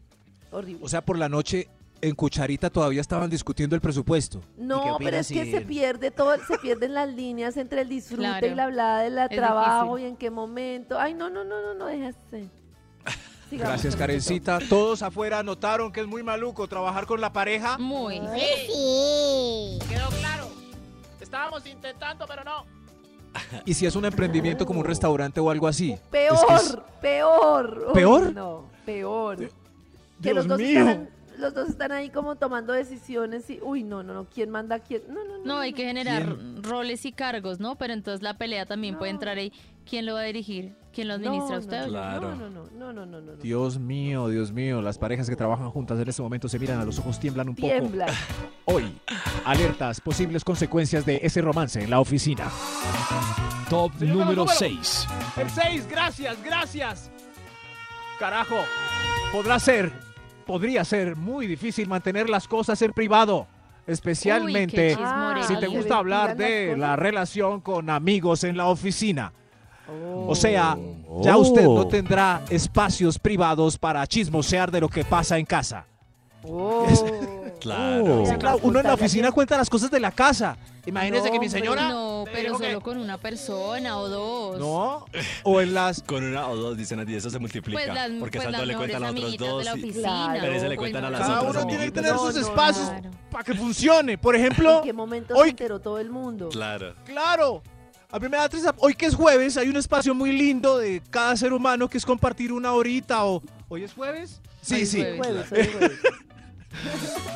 [SPEAKER 2] Horrible.
[SPEAKER 4] O sea, por la noche en Cucharita todavía estaban discutiendo el presupuesto.
[SPEAKER 8] ¿y qué
[SPEAKER 2] no, pero
[SPEAKER 8] opinas
[SPEAKER 2] es que
[SPEAKER 8] si-
[SPEAKER 2] se pierde todo, se pierden las líneas entre el disfrute y
[SPEAKER 3] Claro.
[SPEAKER 2] la hablada del
[SPEAKER 3] Es
[SPEAKER 2] trabajo
[SPEAKER 3] difícil.
[SPEAKER 2] y en qué momento. Ay, no, no, no, no, no, déjate. Sigamos
[SPEAKER 4] Gracias,
[SPEAKER 2] con esto.
[SPEAKER 4] Karencita.
[SPEAKER 6] Todos afuera notaron que es muy maluco trabajar con la pareja.
[SPEAKER 3] Muy.
[SPEAKER 7] Quedó claro. Estábamos intentando, pero no.
[SPEAKER 4] Y si es un emprendimiento como un restaurante o algo así.
[SPEAKER 2] Peor,
[SPEAKER 4] Es que es-
[SPEAKER 2] peor. Uy,
[SPEAKER 4] ¿Peor?
[SPEAKER 2] No, peor. que
[SPEAKER 6] Dios
[SPEAKER 2] los dos
[SPEAKER 6] mío.
[SPEAKER 2] están, los dos están ahí como tomando decisiones y, uy, no, no, no, ¿quién manda a quién? No, no, no.
[SPEAKER 3] No, hay que generar roles y cargos, ¿no? Pero entonces la pelea también puede
[SPEAKER 2] No.
[SPEAKER 3] entrar ahí. ¿Quién lo va a dirigir? ¿Quién lo administra
[SPEAKER 2] no,
[SPEAKER 3] usted?
[SPEAKER 2] No,
[SPEAKER 3] o yo?
[SPEAKER 5] Claro.
[SPEAKER 2] No, no, no, no, no, no, no.
[SPEAKER 4] Dios mío, Dios mío. Las parejas que trabajan juntas en este momento se miran a los ojos, tiemblan un poco.
[SPEAKER 2] Tiembla.
[SPEAKER 4] Hoy, alertas, posibles consecuencias de ese romance en la oficina.
[SPEAKER 9] Top
[SPEAKER 6] Se llama
[SPEAKER 9] número
[SPEAKER 6] número.
[SPEAKER 9] 6.
[SPEAKER 6] El 6, gracias, gracias. Carajo, podrá ser, podría ser muy difícil mantener las cosas en privado,
[SPEAKER 3] Uy, qué
[SPEAKER 6] especialmente
[SPEAKER 3] chismorero.
[SPEAKER 2] Ah,
[SPEAKER 6] si te
[SPEAKER 2] ¿se
[SPEAKER 6] gusta hablar
[SPEAKER 2] ventilan las
[SPEAKER 6] de
[SPEAKER 2] cosas?
[SPEAKER 6] la relación con amigos en la oficina. O sea,
[SPEAKER 4] Oh.
[SPEAKER 6] ya usted no tendrá espacios privados para chismosear de lo que pasa en casa.
[SPEAKER 2] Oh.
[SPEAKER 5] Claro.
[SPEAKER 2] Sí,
[SPEAKER 6] Claro, uno en la oficina cuenta las cosas de la casa.
[SPEAKER 8] Imagínense
[SPEAKER 2] No,
[SPEAKER 8] que mi
[SPEAKER 2] hombre,
[SPEAKER 8] señora.
[SPEAKER 3] pues No,
[SPEAKER 8] me
[SPEAKER 3] pero
[SPEAKER 8] dijo que-
[SPEAKER 3] solo con una persona o dos.
[SPEAKER 6] ¿No? O en las
[SPEAKER 5] Con una o dos dicen así, eso se multiplica.
[SPEAKER 3] Pues las,
[SPEAKER 5] porque
[SPEAKER 3] pues
[SPEAKER 5] tanto
[SPEAKER 3] las
[SPEAKER 5] le
[SPEAKER 3] mejores
[SPEAKER 5] cuentan a otros
[SPEAKER 3] amiguitas
[SPEAKER 5] dos.
[SPEAKER 3] de la
[SPEAKER 5] y-
[SPEAKER 3] oficina.
[SPEAKER 2] Claro.
[SPEAKER 5] pero ahí se
[SPEAKER 3] o
[SPEAKER 5] le
[SPEAKER 3] el
[SPEAKER 5] cuentan a las
[SPEAKER 6] Cada
[SPEAKER 5] otras
[SPEAKER 6] uno tiene que
[SPEAKER 5] amiguitas.
[SPEAKER 6] tener
[SPEAKER 2] No,
[SPEAKER 6] sus
[SPEAKER 2] no,
[SPEAKER 6] espacios
[SPEAKER 3] claro.
[SPEAKER 6] para que funcione. Por ejemplo,
[SPEAKER 2] ¿En qué momento
[SPEAKER 6] hoy-
[SPEAKER 2] se enteró todo el mundo?
[SPEAKER 5] Claro.
[SPEAKER 6] claro, a mí me da tristeza. Hoy que es jueves, hay un espacio muy lindo de cada ser humano que es compartir una horita o... ¿Hoy es jueves? Sí,
[SPEAKER 3] Hoy es
[SPEAKER 6] sí.
[SPEAKER 3] jueves.
[SPEAKER 2] Jueves, hoy es jueves.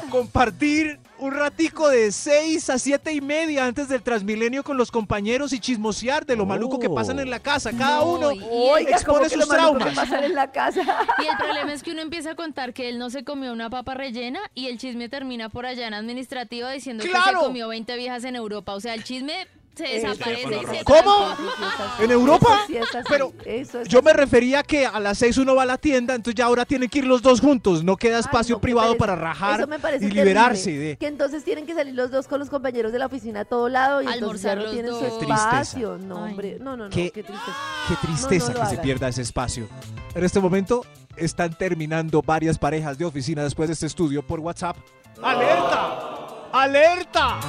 [SPEAKER 6] Compartir un ratico de 6 a siete y media antes del Transmilenio con los compañeros y chismosear de lo maluco que pasan en la casa. Cada
[SPEAKER 3] No,
[SPEAKER 6] uno
[SPEAKER 3] y-
[SPEAKER 2] Oh. Oiga, ¿cómo
[SPEAKER 6] expone
[SPEAKER 2] que lo
[SPEAKER 6] sus
[SPEAKER 2] maluco que
[SPEAKER 6] traumas.
[SPEAKER 2] pasar en la casa?
[SPEAKER 3] Y el problema es que uno empieza a contar que él no se comió una papa rellena y el chisme termina por allá en administrativa diciendo que
[SPEAKER 6] ¡Claro!
[SPEAKER 3] se comió 20 viejas en Europa. O sea, el chisme se desaparece y
[SPEAKER 5] teléfono
[SPEAKER 3] se
[SPEAKER 5] roto.
[SPEAKER 6] ¿Cómo?
[SPEAKER 3] transforma.
[SPEAKER 6] ¿En Europa?
[SPEAKER 2] Eso sí es así,
[SPEAKER 6] Pero
[SPEAKER 2] eso es
[SPEAKER 6] Yo me
[SPEAKER 2] así.
[SPEAKER 6] refería que a las seis uno va a la tienda, entonces ya ahora tienen que ir los dos juntos. No queda
[SPEAKER 2] Ay,
[SPEAKER 6] espacio
[SPEAKER 2] no, qué
[SPEAKER 6] privado
[SPEAKER 2] pereza.
[SPEAKER 6] para rajar
[SPEAKER 2] Eso me parece
[SPEAKER 6] y liberarse
[SPEAKER 2] terrible.
[SPEAKER 6] de.
[SPEAKER 2] Que entonces tienen que salir los dos con los compañeros de la oficina a todo lado y entonces ya
[SPEAKER 3] Almorzar
[SPEAKER 2] no
[SPEAKER 3] los
[SPEAKER 2] tienen su
[SPEAKER 3] dos.
[SPEAKER 4] Qué tristeza.
[SPEAKER 2] espacio. No,
[SPEAKER 3] Ay.
[SPEAKER 2] hombre, no, no, no, qué,
[SPEAKER 4] Qué-
[SPEAKER 2] tristeza.
[SPEAKER 4] Qué tristeza
[SPEAKER 2] lo
[SPEAKER 4] que se
[SPEAKER 2] hagan.
[SPEAKER 4] pierda ese espacio. En este momento están terminando varias parejas de oficina después de este estudio por WhatsApp.
[SPEAKER 6] ¡Alerta! ¡Alerta!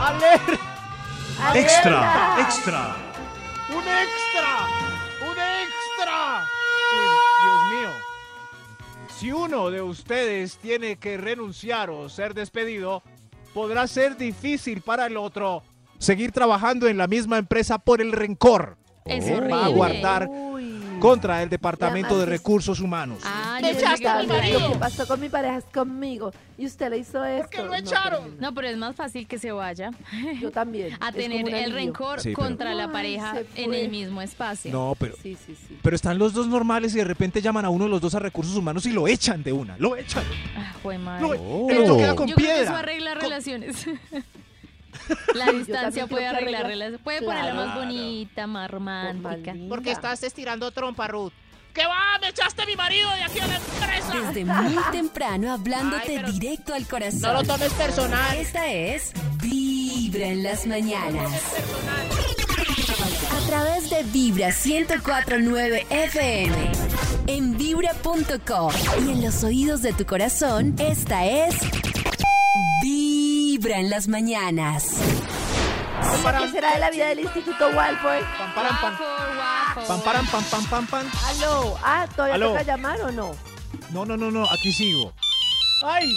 [SPEAKER 6] ¡Alerta!
[SPEAKER 2] ¡Alerta!
[SPEAKER 9] extra.
[SPEAKER 6] ¡Un extra! ¡Un extra! Uy, Dios mío. Si uno de ustedes tiene que renunciar o ser despedido, podrá ser difícil para el otro seguir trabajando en la misma empresa por el rencor
[SPEAKER 3] Es
[SPEAKER 4] Oh,
[SPEAKER 6] que va a
[SPEAKER 3] horrible.
[SPEAKER 6] guardar
[SPEAKER 2] Uy.
[SPEAKER 6] contra el Departamento de
[SPEAKER 2] además es-
[SPEAKER 6] Recursos Humanos.
[SPEAKER 3] Ah,
[SPEAKER 7] Me
[SPEAKER 3] yo pensé que
[SPEAKER 7] echaste a mi
[SPEAKER 3] por ahí.
[SPEAKER 2] Lo que pasó con mi pareja es conmigo. Y usted le hizo esto.
[SPEAKER 7] qué lo
[SPEAKER 2] No,
[SPEAKER 7] echaron?
[SPEAKER 3] No, pero es más fácil que se vaya
[SPEAKER 2] terrible. Yo también.
[SPEAKER 3] a
[SPEAKER 2] Es
[SPEAKER 3] tener
[SPEAKER 2] como un
[SPEAKER 3] el
[SPEAKER 2] alivio.
[SPEAKER 3] rencor
[SPEAKER 4] Sí, pero-
[SPEAKER 3] contra
[SPEAKER 2] Ay,
[SPEAKER 3] la pareja
[SPEAKER 2] se
[SPEAKER 3] en
[SPEAKER 2] fue.
[SPEAKER 3] el mismo espacio.
[SPEAKER 4] No, pero,
[SPEAKER 2] Sí, sí, sí.
[SPEAKER 4] pero están los dos normales y de repente llaman a uno de los dos a recursos humanos y lo echan de una. Lo echan.
[SPEAKER 3] Ah, jue madre.
[SPEAKER 6] No,
[SPEAKER 4] Oh.
[SPEAKER 6] pero esto queda con
[SPEAKER 3] Yo creo que eso
[SPEAKER 6] piedra.
[SPEAKER 3] arregla relaciones. La distancia
[SPEAKER 2] también
[SPEAKER 3] puede
[SPEAKER 2] creo que
[SPEAKER 3] arreglar
[SPEAKER 2] arregla-
[SPEAKER 3] relaciones. Puede ponerla más
[SPEAKER 5] Claro.
[SPEAKER 3] bonita, más romántica.
[SPEAKER 2] Por
[SPEAKER 8] Porque
[SPEAKER 2] maldita.
[SPEAKER 8] estás estirando trompa, Ruth.
[SPEAKER 7] ¿Qué va? Me echaste a mi marido de aquí a la empresa.
[SPEAKER 1] Desde muy temprano hablándote
[SPEAKER 7] Ay, pero-
[SPEAKER 1] directo al corazón.
[SPEAKER 8] No lo tomes personal.
[SPEAKER 1] Esta es Vibra en las mañanas. A través de Vibra 1049 FM. En vibra.com y en los oídos de tu corazón, esta es Vibra en las mañanas.
[SPEAKER 2] Oiga, ¿qué será de la vida del Instituto Walford?
[SPEAKER 4] Pam, param, pam.
[SPEAKER 3] Guapo, guapo.
[SPEAKER 4] Pam, param, pam, pam, pam, pam.
[SPEAKER 2] Aló. Ah, ¿todavía
[SPEAKER 4] Aló.
[SPEAKER 2] toca llamar o no?
[SPEAKER 4] No, no, no, no, aquí sigo. ¡Ay!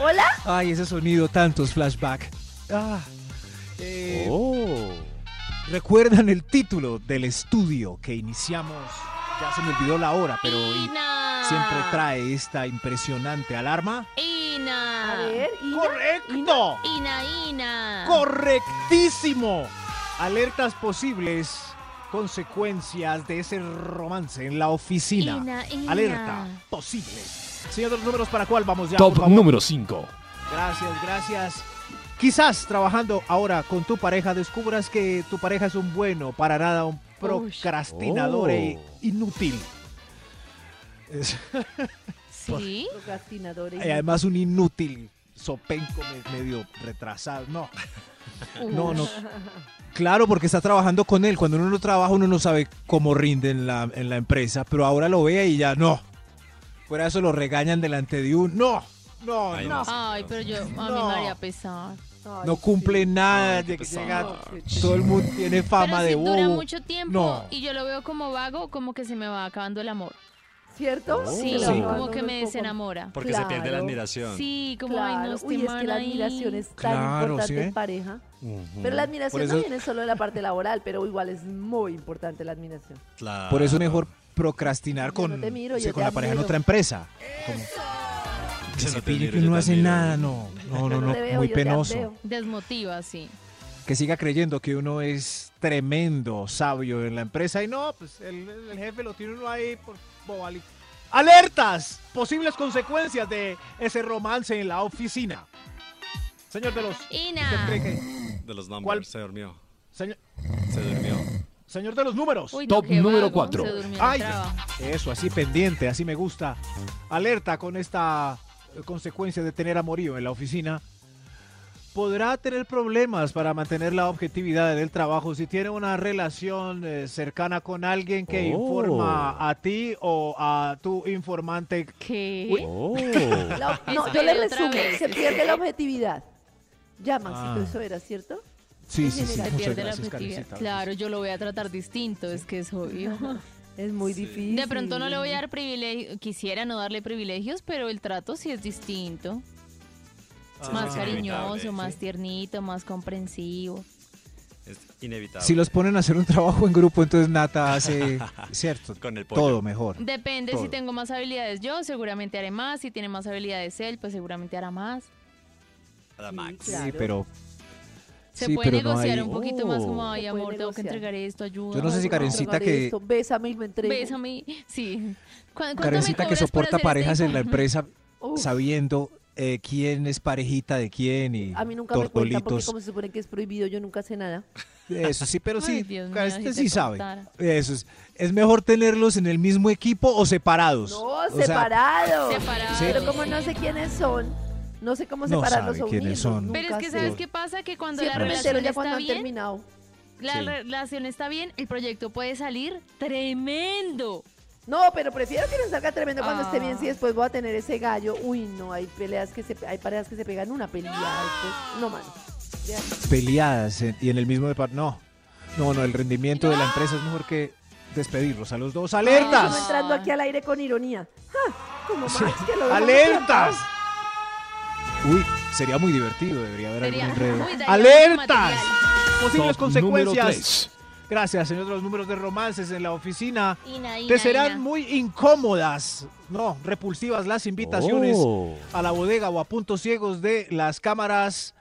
[SPEAKER 2] ¿Hola?
[SPEAKER 4] ¡Ay, ese sonido, tantos flashback! Ah, eh, ¿Recuerdan el título del estudio que iniciamos? Ya se me olvidó la hora, pero y-
[SPEAKER 3] Ina.
[SPEAKER 4] siempre trae esta impresionante alarma.
[SPEAKER 3] Ina.
[SPEAKER 2] A ver, Ina.
[SPEAKER 4] ¡Correcto!
[SPEAKER 3] Ina, Ina.
[SPEAKER 4] ¡Correctísimo! Alertas posibles, consecuencias de ese romance en la oficina.
[SPEAKER 3] Ina, Ina.
[SPEAKER 4] Alerta posibles. Señor de los números, ¿para cuál vamos ya? por
[SPEAKER 7] Top
[SPEAKER 4] favor?
[SPEAKER 7] número 5.
[SPEAKER 4] Gracias, gracias. Quizás trabajando ahora con tu pareja descubras que tu pareja es un bueno, para nada un procrastinador e inútil. Es-
[SPEAKER 3] Sí.
[SPEAKER 2] Procrastinadores.
[SPEAKER 4] y además un inútil sopenco me- medio retrasado. No, no, no. Claro, porque está trabajando con él. Cuando uno no trabaja, uno no sabe cómo rinde en la, en la empresa. Pero ahora lo ve y ya no. Fuera de eso lo regañan delante de uno. No, no,
[SPEAKER 5] Ay,
[SPEAKER 4] no.
[SPEAKER 5] no.
[SPEAKER 3] Ay, pero yo, a mí
[SPEAKER 4] No.
[SPEAKER 3] me haría pesar.
[SPEAKER 2] Ay,
[SPEAKER 4] No cumple nada.
[SPEAKER 5] Ay, qué
[SPEAKER 4] de que
[SPEAKER 5] pesado.
[SPEAKER 4] llega-
[SPEAKER 2] qué
[SPEAKER 4] todo el mundo tiene fama
[SPEAKER 3] pero
[SPEAKER 4] de
[SPEAKER 3] si
[SPEAKER 4] bobo.
[SPEAKER 3] dura mucho tiempo
[SPEAKER 4] No.
[SPEAKER 3] y yo lo veo como vago, como que se me va acabando el amor.
[SPEAKER 4] Oh.
[SPEAKER 2] ¿Cierto?
[SPEAKER 3] Sí,
[SPEAKER 2] Se lo
[SPEAKER 5] Sí.
[SPEAKER 3] como
[SPEAKER 2] abandono
[SPEAKER 3] que
[SPEAKER 2] un
[SPEAKER 3] me
[SPEAKER 2] poco.
[SPEAKER 3] desenamora.
[SPEAKER 5] Porque se pierde la
[SPEAKER 2] Claro.
[SPEAKER 5] admiración.
[SPEAKER 3] Sí, como ay, no,
[SPEAKER 2] Claro,
[SPEAKER 3] este
[SPEAKER 2] uy, es que
[SPEAKER 3] man
[SPEAKER 2] la
[SPEAKER 3] ahí.
[SPEAKER 2] admiración es tan
[SPEAKER 4] Claro, ¿sí
[SPEAKER 2] importante
[SPEAKER 4] ve?
[SPEAKER 2] en pareja. Pero la admiración
[SPEAKER 4] Por
[SPEAKER 2] no
[SPEAKER 4] eso-
[SPEAKER 2] viene solo de la parte laboral, pero igual es muy importante la admiración.
[SPEAKER 5] Claro.
[SPEAKER 4] Por eso es mejor procrastinar
[SPEAKER 2] Yo
[SPEAKER 4] con,
[SPEAKER 2] no te miro,
[SPEAKER 4] sí,
[SPEAKER 2] yo
[SPEAKER 4] con
[SPEAKER 2] te
[SPEAKER 4] la pareja en
[SPEAKER 2] admiro.
[SPEAKER 4] otra empresa. Como,
[SPEAKER 5] Yo no
[SPEAKER 4] se
[SPEAKER 5] te
[SPEAKER 4] pille
[SPEAKER 5] miro,
[SPEAKER 4] que
[SPEAKER 5] yo
[SPEAKER 4] uno
[SPEAKER 5] te
[SPEAKER 4] hace
[SPEAKER 5] admiro.
[SPEAKER 4] nada, no. No, no,
[SPEAKER 2] Yo
[SPEAKER 4] no.
[SPEAKER 2] te veo,
[SPEAKER 4] Muy
[SPEAKER 2] yo te
[SPEAKER 4] penoso.
[SPEAKER 2] admiro.
[SPEAKER 3] Desmotiva, sí.
[SPEAKER 4] que siga creyendo que uno es tremendo sabio en la empresa y no, pues el, el jefe lo tiene uno ahí por bobali. Alertas, posibles consecuencias de ese romance en la oficina. Señor de los, ¿usted cree
[SPEAKER 3] Ina.
[SPEAKER 4] que-
[SPEAKER 5] De los nombres.
[SPEAKER 4] ¿Cuál?
[SPEAKER 5] Se durmió.
[SPEAKER 4] señor,
[SPEAKER 5] Se durmió.
[SPEAKER 4] señor de los números.
[SPEAKER 3] Uy, no,
[SPEAKER 7] Top
[SPEAKER 3] qué
[SPEAKER 7] número
[SPEAKER 3] vago,
[SPEAKER 7] cuatro.
[SPEAKER 3] se durmió en el
[SPEAKER 4] Ay,
[SPEAKER 3] trabajo.
[SPEAKER 4] eso, así pendiente, así me gusta. Alerta con esta eh, consecuencia de tener amorío en la oficina. Podrá tener problemas para mantener la objetividad del trabajo si tiene una relación eh, cercana con alguien que
[SPEAKER 7] Oh.
[SPEAKER 4] informa a ti o a tu informante.
[SPEAKER 3] ¿Qué?
[SPEAKER 4] Uy. Oh.
[SPEAKER 2] La- no, yo
[SPEAKER 3] Espere
[SPEAKER 2] le
[SPEAKER 3] otra
[SPEAKER 2] resumo,
[SPEAKER 3] vez.
[SPEAKER 2] se pierde la objetividad. Ya, Maxito,
[SPEAKER 4] Ah.
[SPEAKER 2] eso era, ¿cierto?
[SPEAKER 4] Sí,
[SPEAKER 2] sí, sí,
[SPEAKER 3] Se
[SPEAKER 2] muchas
[SPEAKER 3] pierde la objetividad. Claro, yo lo voy a tratar distinto, es que es obvio.
[SPEAKER 2] Es muy difícil.
[SPEAKER 3] De pronto no le voy a dar privilegios, quisiera no darle privilegios, pero el trato sí es distinto.
[SPEAKER 5] Sí,
[SPEAKER 3] más
[SPEAKER 5] Ah, es
[SPEAKER 3] cariñoso,
[SPEAKER 5] inevitable,
[SPEAKER 3] más
[SPEAKER 5] sí.
[SPEAKER 3] tiernito, más comprensivo.
[SPEAKER 5] Es inevitable.
[SPEAKER 4] Si los ponen a hacer un trabajo en grupo, entonces Nata hace, cierto,
[SPEAKER 5] Con el pollo.
[SPEAKER 4] todo mejor.
[SPEAKER 3] Depende si
[SPEAKER 4] Todo.
[SPEAKER 3] tengo más habilidades yo, seguramente haré más. Si tiene más habilidades él, pues seguramente hará más.
[SPEAKER 5] Nada, Max.
[SPEAKER 2] claro.
[SPEAKER 4] Sí, pero...
[SPEAKER 3] Se
[SPEAKER 4] sí,
[SPEAKER 3] puede
[SPEAKER 4] pero no
[SPEAKER 3] negociar
[SPEAKER 4] hay- Oh.
[SPEAKER 3] un poquito más como, ay
[SPEAKER 2] Se puede
[SPEAKER 3] amor, tengo que
[SPEAKER 2] negociar.
[SPEAKER 3] entregar esto, ayuda.
[SPEAKER 4] Yo no
[SPEAKER 3] por
[SPEAKER 4] sé si
[SPEAKER 3] favor".
[SPEAKER 4] Karencita
[SPEAKER 2] Entregaré
[SPEAKER 4] que-
[SPEAKER 2] esto, Bésame y me entrego.
[SPEAKER 3] Bésame, sí. ¿Cu- cuánto me
[SPEAKER 4] Karencita que
[SPEAKER 3] cobras por
[SPEAKER 4] soporta
[SPEAKER 3] hacer
[SPEAKER 4] parejas
[SPEAKER 3] este-
[SPEAKER 4] en la empresa
[SPEAKER 2] Uf,
[SPEAKER 4] sabiendo eh, quién es parejita de quién y
[SPEAKER 2] a mí nunca me cuentan porque
[SPEAKER 4] tortolitos.
[SPEAKER 2] como se supone que es prohibido, yo nunca sé nada.
[SPEAKER 4] Eso sí, pero sí,
[SPEAKER 3] Ay, Dios mío,
[SPEAKER 4] Karencita
[SPEAKER 3] si te
[SPEAKER 4] sí sabe.
[SPEAKER 3] contara.
[SPEAKER 4] Eso es. ¿Es mejor tenerlos en el mismo equipo o separados?
[SPEAKER 2] No,
[SPEAKER 4] O sea,
[SPEAKER 2] separados.
[SPEAKER 3] Separados.
[SPEAKER 2] Pero como no sé quiénes son, no sé cómo
[SPEAKER 4] No
[SPEAKER 2] separarlos
[SPEAKER 4] sabe
[SPEAKER 2] o
[SPEAKER 4] quiénes
[SPEAKER 2] unirlos,
[SPEAKER 4] son.
[SPEAKER 3] Pero es
[SPEAKER 2] nunca
[SPEAKER 3] que
[SPEAKER 2] sé.
[SPEAKER 3] ¿sabes qué pasa? Que cuando la
[SPEAKER 2] Siempre me
[SPEAKER 3] relación
[SPEAKER 2] entero ya
[SPEAKER 3] está
[SPEAKER 2] cuando han
[SPEAKER 3] bien,
[SPEAKER 2] terminado.
[SPEAKER 3] la
[SPEAKER 5] Sí.
[SPEAKER 3] relación está bien, el proyecto puede salir tremendo.
[SPEAKER 2] No, pero prefiero que nos salga tremendo cuando esté bien.
[SPEAKER 3] Ah.
[SPEAKER 2] Si después voy a tener ese gallo. Uy, no, hay peleas que se, hay parejas que se pegan una pelea. después. No, mano. Ya.
[SPEAKER 4] Peleadas en- y en el mismo departamento. No, no, no, el rendimiento de la empresa es mejor que despedirlos a los dos.
[SPEAKER 2] Yo
[SPEAKER 4] ¡Alertas!
[SPEAKER 2] entrando aquí al aire con ironía. Ah, como Max, que lo dejan
[SPEAKER 4] ¡Alertas!
[SPEAKER 2] plantado.
[SPEAKER 4] Uy, sería muy divertido, debería haber
[SPEAKER 3] Sería-
[SPEAKER 4] algún enredo.
[SPEAKER 3] Uy, daría mucho
[SPEAKER 4] ¡Alertas!
[SPEAKER 3] material.
[SPEAKER 4] Posibles
[SPEAKER 7] Top número 3.
[SPEAKER 4] consecuencias. Gracias, señor de los números de romances en la oficina.
[SPEAKER 3] Ina,
[SPEAKER 4] Te
[SPEAKER 3] Ina,
[SPEAKER 4] serán
[SPEAKER 3] Ina.
[SPEAKER 4] muy incómodas, no, repulsivas las invitaciones
[SPEAKER 7] Oh.
[SPEAKER 4] a la bodega o a puntos ciegos de las cámaras.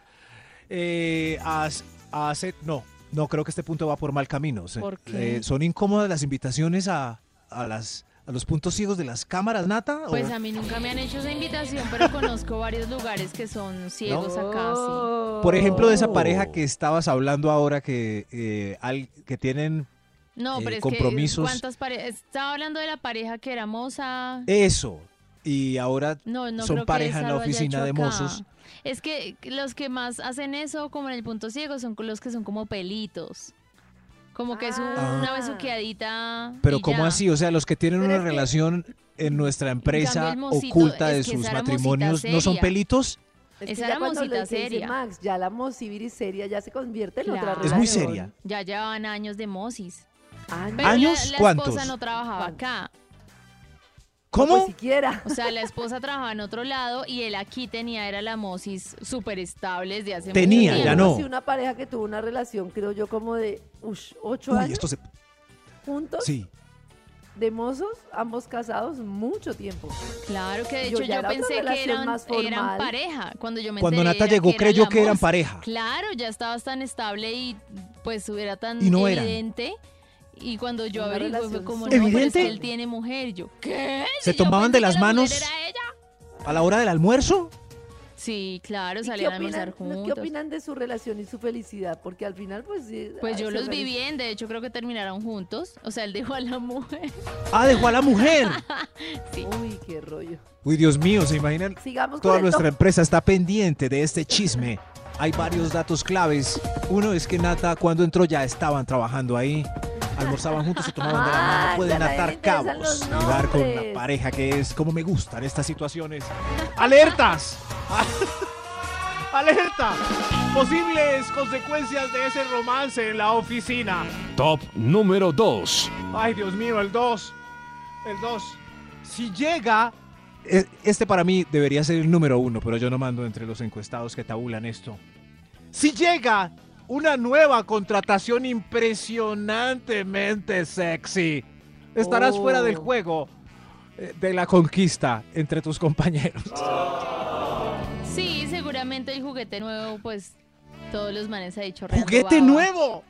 [SPEAKER 4] eh, a, a hacer- no, no creo que este punto va por mal camino. Se-
[SPEAKER 3] ¿Por qué?
[SPEAKER 4] eh, ¿Son incómodas las invitaciones a, a las, a los puntos ciegos de las cámaras, Nata? ¿O-
[SPEAKER 3] Pues a mí nunca me han hecho esa invitación, pero conozco varios lugares que son ciegos acá, sí.
[SPEAKER 2] Oh.
[SPEAKER 4] por ejemplo, de esa pareja que estabas hablando ahora que, eh, al- que tienen
[SPEAKER 3] No,
[SPEAKER 4] Eh,
[SPEAKER 3] pero es
[SPEAKER 4] compromisos.
[SPEAKER 3] que cuántas parejas. Estaba hablando de la pareja que era moza.
[SPEAKER 4] eso y ahora
[SPEAKER 3] No, no
[SPEAKER 4] son
[SPEAKER 3] creo que
[SPEAKER 4] pareja en
[SPEAKER 3] esa
[SPEAKER 4] la
[SPEAKER 3] lo haya
[SPEAKER 4] oficina
[SPEAKER 3] hecho
[SPEAKER 4] de
[SPEAKER 3] acá.
[SPEAKER 4] mozos.
[SPEAKER 3] Es que los que más hacen eso, como en el punto ciego, son los que son como pelitos. Como que es un-
[SPEAKER 2] Ah.
[SPEAKER 3] una besuqueadita.
[SPEAKER 4] Pero
[SPEAKER 3] y
[SPEAKER 4] ¿cómo
[SPEAKER 3] ya.
[SPEAKER 4] así? O sea, los que tienen
[SPEAKER 2] Pero
[SPEAKER 4] una
[SPEAKER 2] es que-
[SPEAKER 4] relación en nuestra empresa
[SPEAKER 3] el mocito,
[SPEAKER 4] oculta de
[SPEAKER 3] es que
[SPEAKER 4] sus
[SPEAKER 3] esa era
[SPEAKER 4] matrimonios
[SPEAKER 3] mocita
[SPEAKER 4] no son
[SPEAKER 3] seria.
[SPEAKER 4] pelitos.
[SPEAKER 2] Es
[SPEAKER 3] Esa
[SPEAKER 2] que
[SPEAKER 3] era
[SPEAKER 2] ya cuando
[SPEAKER 3] mosita
[SPEAKER 2] lo dice
[SPEAKER 3] seria.
[SPEAKER 2] Max, ya la mosibiri seria ya se convierte en otra
[SPEAKER 3] Claro.
[SPEAKER 4] Es
[SPEAKER 2] relación.
[SPEAKER 4] muy seria.
[SPEAKER 3] Ya llevaban años de Mosis.
[SPEAKER 2] Ah, no,
[SPEAKER 3] Pero la-
[SPEAKER 4] ¿Años?
[SPEAKER 3] La, esposa
[SPEAKER 4] ¿Cuántos?
[SPEAKER 3] no trabajaba
[SPEAKER 2] ¿Cuántos?
[SPEAKER 3] acá.
[SPEAKER 2] pues
[SPEAKER 4] ¿Cómo?
[SPEAKER 2] siquiera.
[SPEAKER 3] O sea, la esposa trabajaba en otro lado y él aquí tenía era la Mosis súper estable desde hace
[SPEAKER 4] Tenía,
[SPEAKER 3] mucho
[SPEAKER 4] ya
[SPEAKER 3] tiempo.
[SPEAKER 4] no.
[SPEAKER 2] Sí, una pareja que tuvo una relación, creo yo, como de ush, ocho
[SPEAKER 4] Uy,
[SPEAKER 2] años
[SPEAKER 4] esto se...
[SPEAKER 2] juntos,
[SPEAKER 4] Sí.
[SPEAKER 2] de mozos, ambos casados, mucho tiempo.
[SPEAKER 3] Claro que de
[SPEAKER 2] Yo
[SPEAKER 3] hecho
[SPEAKER 2] ya
[SPEAKER 3] yo
[SPEAKER 2] era otra
[SPEAKER 3] pensé que
[SPEAKER 2] relación
[SPEAKER 3] eran,
[SPEAKER 2] más formal.
[SPEAKER 3] eran pareja. Cuando yo me
[SPEAKER 4] Cuando
[SPEAKER 3] enteré
[SPEAKER 4] Nata
[SPEAKER 3] era
[SPEAKER 4] llegó,
[SPEAKER 3] que
[SPEAKER 4] creyó
[SPEAKER 3] la
[SPEAKER 4] que eran
[SPEAKER 3] Mosis.
[SPEAKER 4] pareja.
[SPEAKER 3] Claro, ya estabas tan estable y pues era tan
[SPEAKER 4] Y no eran.
[SPEAKER 3] evidente. Y cuando yo
[SPEAKER 2] Una
[SPEAKER 3] averigué fue
[SPEAKER 2] relación
[SPEAKER 3] como, no,
[SPEAKER 2] súper
[SPEAKER 3] pero es que
[SPEAKER 4] ¿Evidente?
[SPEAKER 3] él tiene mujer. Y yo, ¿qué?
[SPEAKER 4] ¿Se
[SPEAKER 3] yo pensé
[SPEAKER 4] tomaban de
[SPEAKER 3] que
[SPEAKER 4] las
[SPEAKER 3] la mujer
[SPEAKER 4] manos?
[SPEAKER 3] era ella.
[SPEAKER 4] ¿A la hora del almuerzo?
[SPEAKER 3] Sí, claro,
[SPEAKER 2] ¿Y qué
[SPEAKER 3] salían a almorzar
[SPEAKER 2] opinan-
[SPEAKER 3] juntos.
[SPEAKER 2] ¿Qué opinan de su relación y su felicidad? Porque al final, pues sí.
[SPEAKER 3] Pues
[SPEAKER 2] ah,
[SPEAKER 3] yo
[SPEAKER 2] se
[SPEAKER 3] los
[SPEAKER 2] organizó.
[SPEAKER 3] vi bien, de hecho creo que terminaron juntos. O sea, él dejó a la mujer.
[SPEAKER 4] Ah, dejó a la mujer.
[SPEAKER 3] Sí.
[SPEAKER 2] Uy, qué rollo.
[SPEAKER 4] Uy, Dios mío, ¿se imaginan?
[SPEAKER 2] Sigamos
[SPEAKER 4] Toda
[SPEAKER 2] con el top.
[SPEAKER 4] nuestra empresa está pendiente de este chisme. Hay varios datos claves. Uno es que Nata, cuando entró, ya estaban trabajando ahí. Almorzaban juntos, se tomaban de la
[SPEAKER 2] Ah,
[SPEAKER 4] mano, pueden
[SPEAKER 2] ya nadie le
[SPEAKER 4] atar
[SPEAKER 2] interesan
[SPEAKER 4] cabos.
[SPEAKER 2] los
[SPEAKER 4] Llevar con la
[SPEAKER 2] nombres.
[SPEAKER 4] pareja, que es como me gustan estas situaciones. ¡Alertas!
[SPEAKER 6] ¡Alerta! Posibles consecuencias de ese romance en la oficina.
[SPEAKER 9] Top número 2.
[SPEAKER 6] Ay, Dios mío, el 2. El 2. Si llega,
[SPEAKER 4] E- Este para mí debería ser el número uno, pero yo no mando entre los encuestados que tabulan esto.
[SPEAKER 6] si llega una nueva contratación impresionantemente sexy, estarás
[SPEAKER 2] Oh.
[SPEAKER 6] fuera del juego.
[SPEAKER 4] Eh, De la conquista entre tus compañeros.
[SPEAKER 3] Sí, seguramente el juguete nuevo, pues todos los manes ahí chorreando.
[SPEAKER 6] ¡Juguete
[SPEAKER 3] baba.
[SPEAKER 6] nuevo!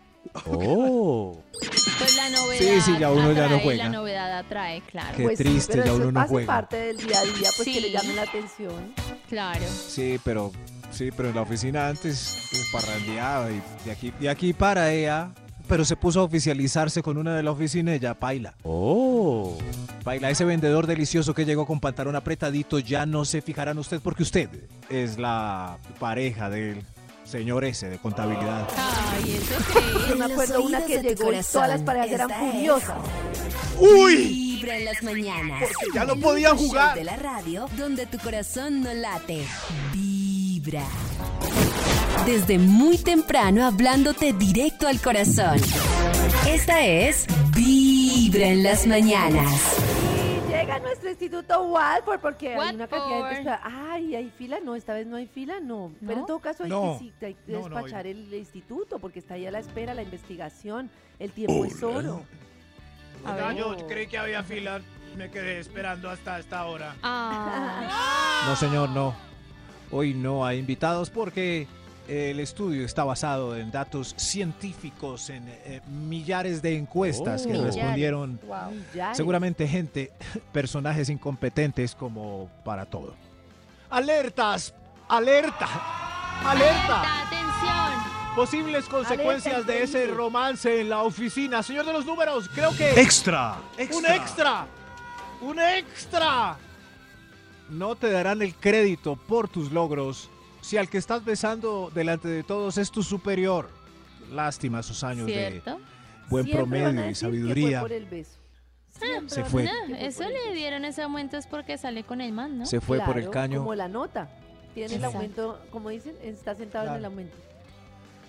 [SPEAKER 4] ¡Oh!
[SPEAKER 3] Pues la novedad.
[SPEAKER 4] Sí, sí, ya uno ya no
[SPEAKER 3] atrae,
[SPEAKER 4] juega.
[SPEAKER 3] La novedad atrae, claro.
[SPEAKER 4] Qué
[SPEAKER 2] Pues sí,
[SPEAKER 4] triste,
[SPEAKER 2] pero
[SPEAKER 4] ya
[SPEAKER 2] eso
[SPEAKER 4] uno no
[SPEAKER 2] hace
[SPEAKER 4] juega.
[SPEAKER 2] parte del día a día, pues que le
[SPEAKER 3] Sí.
[SPEAKER 2] llamen la atención.
[SPEAKER 3] Claro.
[SPEAKER 4] Sí, pero sí, pero en la oficina antes eh, parrandeaba y de aquí, de aquí para ella. Pero se puso a oficializarse con una de la oficina y ya paila. Oh. Paila, ese vendedor delicioso que llegó con pantalón apretadito, ya no se fijarán usted porque usted es la pareja del señor ese de contabilidad.
[SPEAKER 3] Ay, eso sí.
[SPEAKER 2] Yo me
[SPEAKER 1] En los
[SPEAKER 2] acuerdo una
[SPEAKER 1] oídos
[SPEAKER 2] que
[SPEAKER 1] de tu
[SPEAKER 2] llegó y todas las
[SPEAKER 1] corazón,
[SPEAKER 2] parejas eran
[SPEAKER 1] esta es
[SPEAKER 2] furiosas.
[SPEAKER 1] Vibra en las mañanas.
[SPEAKER 6] ya no
[SPEAKER 1] El
[SPEAKER 6] podían
[SPEAKER 1] único show
[SPEAKER 6] jugar.
[SPEAKER 1] De la radio donde tu corazón no late. Vibra. Desde muy temprano hablándote directo al corazón. Esta es Vibra en las mañanas.
[SPEAKER 2] Y llega nuestro instituto Walford porque hay una cantidad de gente
[SPEAKER 3] Watford.
[SPEAKER 2] espera- Ay, hay fila, no, esta vez no hay fila, no. Pero
[SPEAKER 3] ¿No?
[SPEAKER 2] en todo caso hay
[SPEAKER 4] No.
[SPEAKER 2] que, sí, hay que
[SPEAKER 6] No, no,
[SPEAKER 2] despachar el instituto porque está ahí a la espera, la investigación, el tiempo es oro.
[SPEAKER 3] A
[SPEAKER 6] Ah,
[SPEAKER 3] ver.
[SPEAKER 6] Yo creí que había fila. Me quedé esperando hasta esta hora.
[SPEAKER 3] Ah,
[SPEAKER 4] No, señor, no. Hoy no hay invitados porque el estudio está basado en datos científicos, en eh, millares de encuestas que
[SPEAKER 3] Oh.
[SPEAKER 4] respondieron
[SPEAKER 3] wow.
[SPEAKER 2] Millares.
[SPEAKER 4] seguramente gente, personajes incompetentes como para todo.
[SPEAKER 6] ¡Alertas! ¡Alerta! ¡Alerta!
[SPEAKER 3] Atención.
[SPEAKER 6] Posibles consecuencias de ese
[SPEAKER 2] increíble.
[SPEAKER 6] romance en la oficina. Señor de los números, creo que...
[SPEAKER 9] Extra.
[SPEAKER 6] ¡Un extra! ¡Un extra!
[SPEAKER 4] No te darán el crédito por tus logros si al que estás besando delante de todos es tu superior. Lástima sus años
[SPEAKER 3] ¿Cierto?
[SPEAKER 4] de buen
[SPEAKER 2] Siempre van a
[SPEAKER 4] promedio y
[SPEAKER 2] decir que fue
[SPEAKER 4] sabiduría.
[SPEAKER 2] por el beso. Siempre
[SPEAKER 4] Se
[SPEAKER 2] van a
[SPEAKER 4] fue.
[SPEAKER 2] decir que
[SPEAKER 3] No,
[SPEAKER 2] fue
[SPEAKER 3] Ah, eso
[SPEAKER 2] por el
[SPEAKER 3] le
[SPEAKER 2] beso.
[SPEAKER 3] dieron ese aumento es porque sale con el man, ¿no?
[SPEAKER 4] Se fue por el
[SPEAKER 2] Claro,
[SPEAKER 4] caño.
[SPEAKER 2] Como la nota. Tiene el
[SPEAKER 3] Exacto.
[SPEAKER 2] aumento, como dicen, está sentado en el
[SPEAKER 4] Claro.
[SPEAKER 2] aumento.